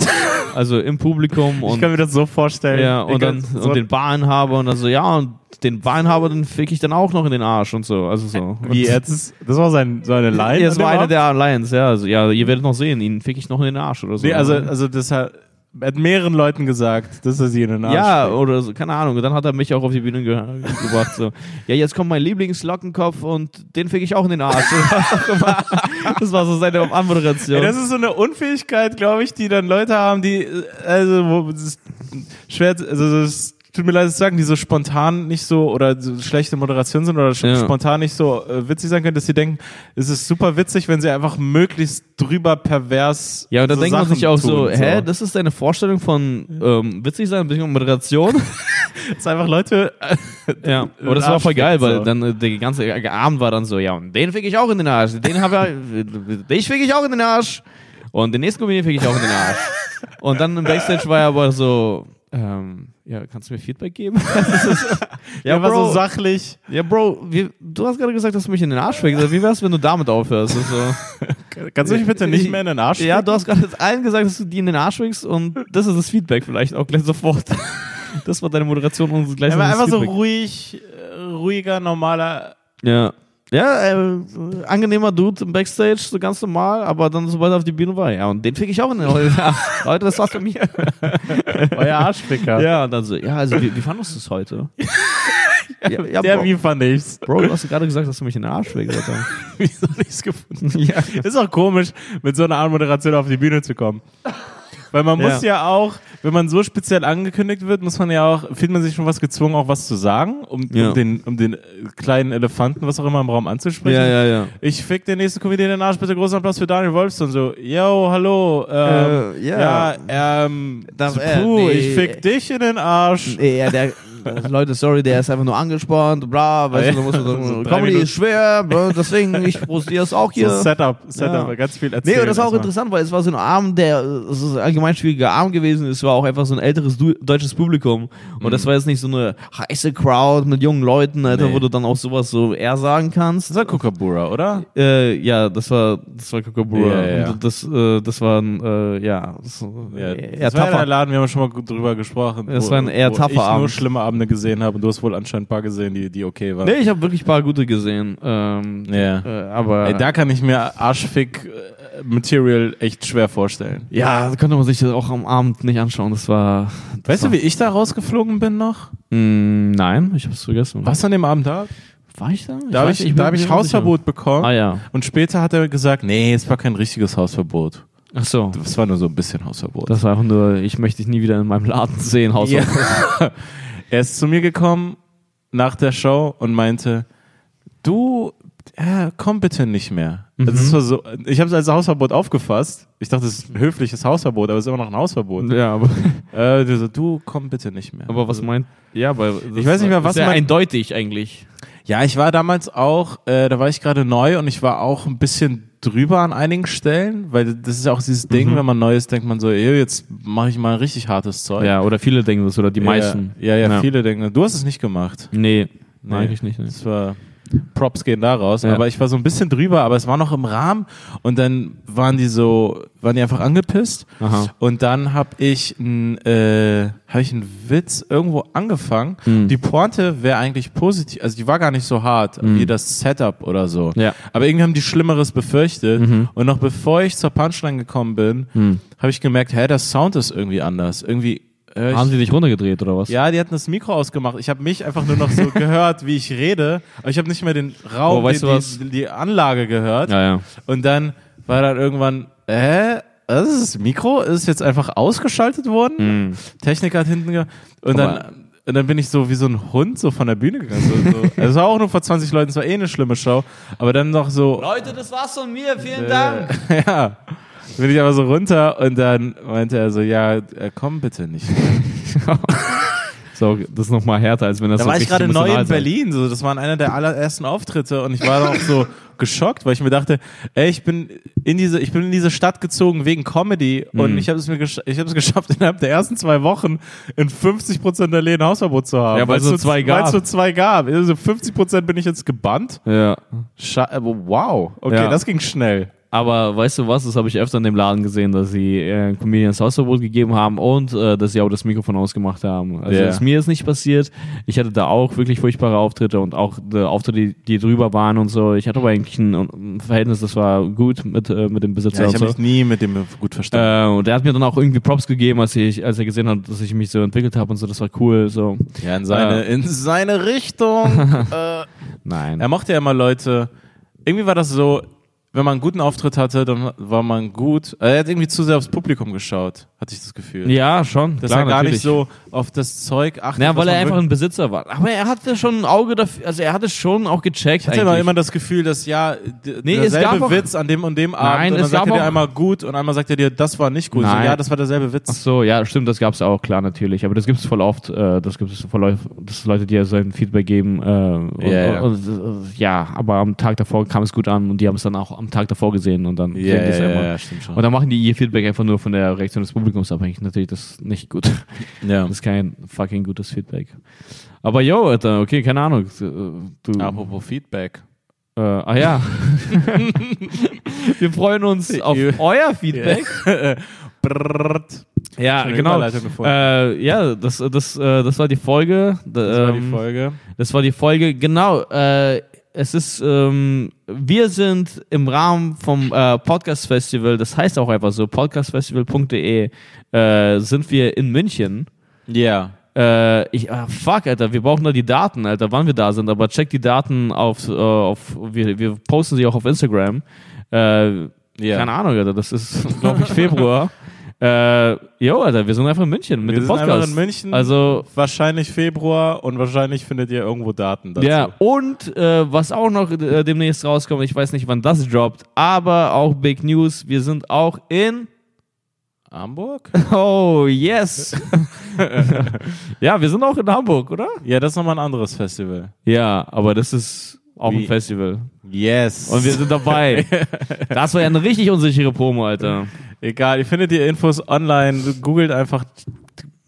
Speaker 1: also im Publikum
Speaker 2: Ich
Speaker 1: und,
Speaker 2: kann mir das so vorstellen.
Speaker 1: ja, und, dann,
Speaker 2: so
Speaker 1: und den Barinhaber und dann so, ja, und den Barinhaber, den fick ich dann auch noch in den Arsch und so. Also so.
Speaker 2: wie
Speaker 1: und,
Speaker 2: jetzt? Das war sein, seine Line.
Speaker 1: Ja, das
Speaker 2: an dem
Speaker 1: war einer
Speaker 2: Abend?
Speaker 1: der Lions, ja. Also, ja, ihr werdet noch sehen, ihn fick ich noch in den Arsch oder so.
Speaker 2: Nee, also, also das hat, er hat mehreren Leuten gesagt, dass er sie in den Arsch
Speaker 1: ja,
Speaker 2: steckt.
Speaker 1: oder so, keine Ahnung. Und dann hat er mich auch auf die Bühne ge gebracht. So. Ja, jetzt kommt mein Lieblingslockenkopf und den fick ich auch in den Arsch. das war so seine Anmoderation.
Speaker 2: Ey, das ist so eine Unfähigkeit, glaube ich, die dann Leute haben, die, äh, also, wo, das ist schwer, zu- also, das tut mir leid, das zu sagen, die so spontan nicht so, oder so schlechte Moderation sind, oder sch-
Speaker 1: Ja.
Speaker 2: spontan nicht so äh, witzig sein können, dass sie denken, es ist super witzig, wenn sie einfach möglichst drüber pervers
Speaker 1: Ja, und dann
Speaker 2: so
Speaker 1: denkt man
Speaker 2: Sachen
Speaker 1: sich auch
Speaker 2: tun,
Speaker 1: so, hä, das ist deine Vorstellung von ähm, witzig sein, bisschen Moderation.
Speaker 2: dass einfach Leute,
Speaker 1: ja, aber das
Speaker 2: Arsch
Speaker 1: war voll geil,
Speaker 2: fickt
Speaker 1: weil
Speaker 2: so.
Speaker 1: dann äh, der ganze Abend war dann so, ja, und den fick ich auch in den Arsch, den hab er, dich fick ich auch in den Arsch und den nächsten Comedian fick ich auch in den Arsch. und dann im Backstage war er aber so, ähm, ja, kannst du mir Feedback geben? Das ist-
Speaker 2: ja, war so sachlich.
Speaker 1: ja, Bro, wir, du hast gerade gesagt, dass du mich in den Arsch fickst. Also, Wie wär's, wenn du damit aufhörst? Also, Das ist so.
Speaker 2: Kannst du mich bitte nicht mehr in den Arsch
Speaker 1: Ja, du hast gerade allen gesagt, dass du die in den Arsch winkst und das ist das Feedback vielleicht auch gleich sofort. Das war deine Moderation und gleich
Speaker 2: Er war
Speaker 1: noch das
Speaker 2: einfach so
Speaker 1: Feedback.
Speaker 2: ruhig, äh, ruhiger, normaler.
Speaker 1: Ja. Ja, äh, angenehmer Dude im Backstage, so ganz normal, aber dann sobald er auf die Bühne war, ja, und den fick ich auch in den Arsch. Ja, Leute, das war's bei mir.
Speaker 2: Euer Arschficker.
Speaker 1: Ja, und dann so, ja, also wie, wie fandest du es heute? ja, ja,
Speaker 2: Der,
Speaker 1: Bro,
Speaker 2: wie fand ich's?
Speaker 1: Bro, du hast gerade gesagt, dass du mich in den Arsch winkst. Alter.
Speaker 2: Wie soll ich's gefunden?
Speaker 1: ja.
Speaker 2: Ist auch komisch, mit so einer Anmoderation auf die Bühne zu kommen. Weil man muss ja. auch, wenn man so speziell angekündigt wird, muss man ja auch, fühlt man sich schon was gezwungen, auch was zu sagen, um,
Speaker 1: Ja.
Speaker 2: um, den, um den äh, kleinen Elefanten, was auch immer im Raum anzusprechen.
Speaker 1: ja.
Speaker 2: Ich fick den nächsten Comedian in den Arsch, bitte großen Applaus für Daniel Wolfson. So, yo, hallo, ähm,
Speaker 1: Äh, ja.
Speaker 2: ja, ähm,
Speaker 1: Da-
Speaker 2: puh,
Speaker 1: äh, nee.
Speaker 2: ich fick dich in den Arsch.
Speaker 1: Nee, ja, der, Leute, sorry, der ist einfach nur angespannt, bla, weißt du, da muss man
Speaker 2: So
Speaker 1: so,
Speaker 2: drei
Speaker 1: Comedy
Speaker 2: Minuten.
Speaker 1: ist schwer, bla, deswegen, ich probiere es auch hier.
Speaker 2: So Setup, Setup,
Speaker 1: Ja.
Speaker 2: ganz viel
Speaker 1: Nee,
Speaker 2: erzählen.
Speaker 1: und das war auch
Speaker 2: erstmal.
Speaker 1: interessant, weil es war so ein Arm, der es ist ein allgemein schwieriger Arm gewesen. Es war auch einfach so ein älteres du deutsches Publikum.
Speaker 2: Mhm.
Speaker 1: Und das war jetzt nicht so eine heiße Crowd mit jungen Leuten, Alter,
Speaker 2: Nee.
Speaker 1: wo du dann auch sowas so eher sagen kannst.
Speaker 2: Das war Kookaburra, oder?
Speaker 1: Äh, ja, das war das war Kokobura.
Speaker 2: Ja, ja, ja.
Speaker 1: Und das äh, das war ein äh, ja, das,
Speaker 2: Ja,
Speaker 1: ja, eher
Speaker 2: das war ja
Speaker 1: tapfer.
Speaker 2: der Laden, wir haben schon mal gut drüber gesprochen.
Speaker 1: Das
Speaker 2: wo-
Speaker 1: war ein eher
Speaker 2: wo
Speaker 1: tougher
Speaker 2: ich nur
Speaker 1: Abend.
Speaker 2: schlimme Abende gesehen habe und du hast wohl anscheinend ein paar gesehen, die, die okay waren.
Speaker 1: Nee, ich habe wirklich ein paar gute gesehen. Ähm,
Speaker 2: Ja.
Speaker 1: äh, aber
Speaker 2: Ey, da kann ich mir Arschfick-Material echt schwer vorstellen.
Speaker 1: ja, das könnte man sich das auch am Abend nicht anschauen. Das war das
Speaker 2: Weißt
Speaker 1: war,
Speaker 2: du, wie ich da rausgeflogen bin noch?
Speaker 1: Mm, nein, ich habe es vergessen.
Speaker 2: Was an dem Abend da?
Speaker 1: war ich da?
Speaker 2: Da habe
Speaker 1: weiß
Speaker 2: ich,
Speaker 1: nicht,
Speaker 2: da
Speaker 1: bin
Speaker 2: hab
Speaker 1: mir
Speaker 2: ich
Speaker 1: nicht sicher.
Speaker 2: Hausverbot ne? bekommen.
Speaker 1: Ah ja.
Speaker 2: Und später hat er gesagt, nee, es war kein richtiges Hausverbot.
Speaker 1: Ach so.
Speaker 2: Das war nur so ein bisschen Hausverbot.
Speaker 1: Das war einfach nur, ich möchte dich nie wieder in meinem Laden sehen, Haushalt.
Speaker 2: Ja. er ist zu mir gekommen nach der Show und meinte, du äh, komm bitte nicht mehr.
Speaker 1: Mhm.
Speaker 2: Also es war so, ich habe es als Hausverbot aufgefasst. Ich dachte, es ist ein höfliches Hausverbot, aber es ist immer noch ein Hausverbot.
Speaker 1: Ja, aber,
Speaker 2: Äh, du, so, du komm bitte nicht mehr.
Speaker 1: aber was meint. Ja, aber.
Speaker 2: Ich weiß nicht mehr, was
Speaker 1: ist ja
Speaker 2: man-
Speaker 1: eindeutig eigentlich.
Speaker 2: Ja, ich war damals auch, äh, da war ich gerade neu und ich war auch ein bisschen drüber an einigen Stellen, weil das ist ja auch dieses Ding,
Speaker 1: Mhm.
Speaker 2: wenn man neu ist, denkt man so, ey, jetzt mache ich mal richtig hartes Zeug.
Speaker 1: Ja, oder viele denken das, oder die meisten.
Speaker 2: Ja, ja, ja, viele denken, du hast es nicht gemacht.
Speaker 1: Nee, nee, eigentlich nicht. Ne.
Speaker 2: Das war Props gehen da raus.
Speaker 1: Ja.
Speaker 2: Aber ich war so ein bisschen drüber, aber es war noch im Rahmen und dann waren die so, waren die einfach angepisst.
Speaker 1: Aha.
Speaker 2: Und dann habe ich einen äh, hab ich einen Witz irgendwo angefangen.
Speaker 1: Hm.
Speaker 2: Die Pointe wäre eigentlich positiv, also die war gar nicht so hart wie das Setup oder so.
Speaker 1: Hm. Ja. Mhm.
Speaker 2: Aber irgendwie haben die Schlimmeres befürchtet. Und noch bevor ich zur Punchline gekommen bin,
Speaker 1: Hm.
Speaker 2: habe ich gemerkt, hä, der Sound ist irgendwie anders. Irgendwie hör ich
Speaker 1: Haben sie dich runtergedreht oder was?
Speaker 2: ja, die hatten das Mikro ausgemacht. Ich habe mich einfach nur noch so gehört, wie ich rede, aber ich habe nicht mehr den Raum,
Speaker 1: Oh, weißt
Speaker 2: die,
Speaker 1: du was?
Speaker 2: die, die Anlage gehört.
Speaker 1: Ja, ja.
Speaker 2: Und dann war dann irgendwann, äh, das ist das Mikro ist jetzt einfach ausgeschaltet worden.
Speaker 1: Hm.
Speaker 2: Techniker hat hinten ge und
Speaker 1: Aber-
Speaker 2: dann und dann bin ich so wie so ein Hund so von der Bühne gegangen. So, so. Also Es war auch nur vor 20 Leuten, es war eh eine schlimme Show, aber dann noch so
Speaker 3: Leute, das war's von mir. Vielen Dank.
Speaker 2: ja. Bin ich aber so runter und dann meinte er so, ja, äh, komm bitte nicht.
Speaker 1: So, das ist nochmal härter, als wenn das
Speaker 2: Da
Speaker 1: so
Speaker 2: war ich
Speaker 1: richtig
Speaker 2: gerade neu
Speaker 1: emotional
Speaker 2: in
Speaker 1: ist.
Speaker 2: Berlin, so das waren einer der allerersten Auftritte und ich war auch so geschockt, weil ich mir dachte, ey, ich bin in diese ich bin in diese Stadt gezogen wegen Comedy und ich habe es mir gesch ich habe es geschafft innerhalb der ersten zwei Wochen in 50 der Läden Hausverbot zu haben.
Speaker 1: Ja, weil's nur zwei gab.
Speaker 2: Weil es nur zwei gab. Also 50 bin ich jetzt gebannt.
Speaker 1: Ja.
Speaker 2: Scha äh, wow. Okay,
Speaker 1: Ja.
Speaker 2: das ging schnell.
Speaker 1: Aber weißt du was, das habe ich öfter in dem Laden gesehen, dass sie äh, Comedians Hausverbot gegeben haben und äh, dass sie auch das Mikrofon ausgemacht haben. Also
Speaker 2: Ja.
Speaker 1: das, mir ist nicht passiert. Ich hatte da auch wirklich furchtbare Auftritte und auch äh, Auftritte, die, die drüber waren und so. Ich hatte aber eigentlich ein, ein Verhältnis, das war gut mit, äh, mit dem Besitzer
Speaker 2: Ja, ich
Speaker 1: und so.
Speaker 2: habe mich nie mit dem gut verstanden.
Speaker 1: Äh, und er hat mir dann auch irgendwie Props gegeben, als, ich, als er gesehen hat, dass ich mich so entwickelt habe und so. Das war cool. So.
Speaker 2: ja, in seine in seine Richtung. äh,
Speaker 1: Nein.
Speaker 2: Er mochte ja immer Leute. Irgendwie war das so, wenn man einen guten Auftritt hatte, dann war man gut. Also Er hat irgendwie zu sehr aufs Publikum geschaut, hatte ich das Gefühl.
Speaker 1: Ähm, ja, schon.
Speaker 2: Dass
Speaker 1: klar,
Speaker 2: er gar
Speaker 1: natürlich.
Speaker 2: nicht so auf das Zeug achtet.
Speaker 1: Ja, weil
Speaker 2: was
Speaker 1: er
Speaker 2: man
Speaker 1: einfach
Speaker 2: wirklich-
Speaker 1: ein Besitzer war. Aber er hatte schon ein Auge dafür, also er hatte schon auch gecheckt.
Speaker 2: Ich hatte immer,
Speaker 1: eigentlich.
Speaker 2: immer das Gefühl, dass ja, d-
Speaker 1: Nee, es
Speaker 2: derselbe
Speaker 1: gab auch-
Speaker 2: Witz an dem und dem Abend
Speaker 1: Nein,
Speaker 2: und dann
Speaker 1: es
Speaker 2: sagt
Speaker 1: gab
Speaker 2: er dir
Speaker 1: auch-
Speaker 2: einmal gut und einmal sagt er dir, das war nicht gut. So,
Speaker 1: Nein.
Speaker 2: ja, das war derselbe
Speaker 1: Ach
Speaker 2: Witz.
Speaker 1: so, ja, stimmt, das gab's auch, klar, natürlich. Aber das gibt's voll oft. Äh, das gibt es voll oft, dass Leute dir so ein Feedback geben. Äh, und,
Speaker 2: Ja, ja.
Speaker 1: Und, und, äh, ja, aber am Tag davor kam es gut an und die haben es dann auch am Tag davor gesehen und dann klingt es immer.
Speaker 2: stimmt schon.
Speaker 1: Und dann machen die ihr Feedback einfach nur von der Reaktion des Publikums abhängig. Natürlich, das ist nicht gut.
Speaker 2: ja.
Speaker 1: Das ist kein fucking gutes Feedback. Aber yo, Alter, okay, keine Ahnung. äh, Du,
Speaker 2: Apropos Feedback.
Speaker 1: äh, ah ja. Wir freuen uns auf
Speaker 2: Ihr-
Speaker 1: euer Feedback.
Speaker 2: Brrrt.
Speaker 1: Ja,
Speaker 2: Schöne
Speaker 1: genau.
Speaker 2: Überleitung gefunden.
Speaker 1: Äh, ja, das, das, äh, das war die Folge.
Speaker 2: Das war die
Speaker 1: Ähm,
Speaker 2: Folge.
Speaker 1: Das war die Folge, genau. Äh, es ist, ähm, wir sind im Rahmen vom äh, Podcast Festival, das heißt auch einfach so, podcastfestival.de, äh, sind wir in München.
Speaker 2: Ja.
Speaker 1: Äh, ich, ah, fuck, Alter, wir brauchen da die Daten, Alter, wann wir da sind, aber check die Daten auf, äh, auf wir, wir posten sie auch auf Instagram. Äh,
Speaker 2: Ja.
Speaker 1: Keine Ahnung, Alter, das ist, glaube ich, Februar. äh, jo, Alter, wir sind einfach in München mit
Speaker 2: Wir
Speaker 1: dem
Speaker 2: sind
Speaker 1: Podcast.
Speaker 2: einfach in München.
Speaker 1: Also,
Speaker 2: Wahrscheinlich Februar und wahrscheinlich findet ihr irgendwo Daten dazu.
Speaker 1: ja, und äh, was auch noch äh, demnächst rauskommt, ich weiß nicht, wann das droppt, aber auch Big News, wir sind auch in.
Speaker 2: Hamburg?
Speaker 1: Oh, yes! ja, wir sind auch in Hamburg, oder?
Speaker 2: Ja, das ist nochmal ein anderes Festival.
Speaker 1: Ja, aber das ist auch
Speaker 2: Wie-
Speaker 1: ein Festival.
Speaker 2: Yes.
Speaker 1: Und wir sind dabei. Das war ja eine richtig unsichere Promo, Alter.
Speaker 2: Egal, ihr findet die Infos online. Googelt einfach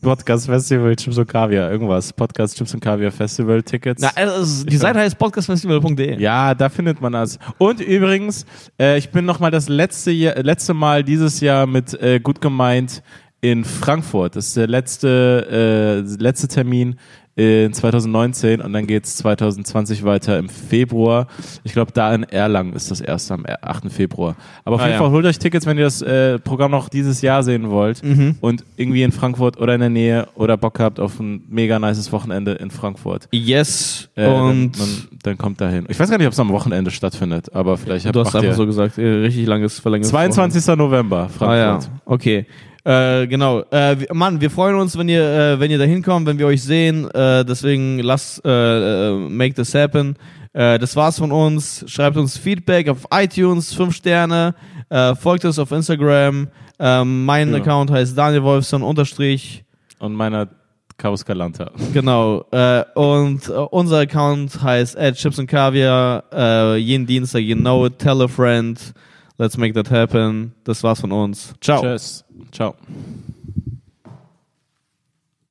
Speaker 2: Podcast Festival Chips und Kaviar. Irgendwas. Podcast Chips und Kaviar Festival Tickets.
Speaker 1: Na, also, die Seite heißt podcastfestival.de.
Speaker 2: ja, da findet man das. Und übrigens, äh, ich bin nochmal das letzte, Jahr, letzte Mal dieses Jahr mit äh, gut gemeint in Frankfurt. Das ist der letzte, äh, letzte Termin in 2019 und dann geht's 2020 weiter im Februar. Ich glaube, da in Erlangen ist das erste am 8. Februar. Aber auf
Speaker 1: Ah,
Speaker 2: jeden
Speaker 1: ja.
Speaker 2: Fall holt euch Tickets, wenn ihr das äh, Programm noch dieses Jahr sehen wollt
Speaker 1: Mhm.
Speaker 2: und irgendwie in Frankfurt oder in der Nähe oder Bock habt auf ein mega nices Wochenende in Frankfurt.
Speaker 1: Yes.
Speaker 2: Äh,
Speaker 1: und
Speaker 2: dann, dann, dann kommt dahin. Ich weiß gar nicht, ob es am Wochenende stattfindet, aber vielleicht
Speaker 1: du hast
Speaker 2: macht
Speaker 1: einfach
Speaker 2: ihr-
Speaker 1: so gesagt, äh, richtig langes verlängertes
Speaker 2: 22. November, Frankfurt.
Speaker 1: Ah ja, okay. Äh, genau. Äh, wir- Mann, wir freuen uns, wenn ihr, äh, wenn ihr da hinkommt, wenn wir euch sehen. Äh, deswegen lasst, äh, äh, make this happen. Äh, das war's von uns. Schreibt uns Feedback auf iTunes, 5 Sterne. Äh, folgt uns auf Instagram. Äh, mein
Speaker 2: Ja.
Speaker 1: Account heißt Daniel Wolfson unterstrich.
Speaker 2: Und meiner Chaos Galanta.
Speaker 1: Genau. Äh, und äh, unser Account heißt at Chips and Caviar. Äh, jeden Dienstag, you know it. Tell a friend. Let's make that happen. Das war's von uns. Ciao.
Speaker 2: Tschüss. Ciao.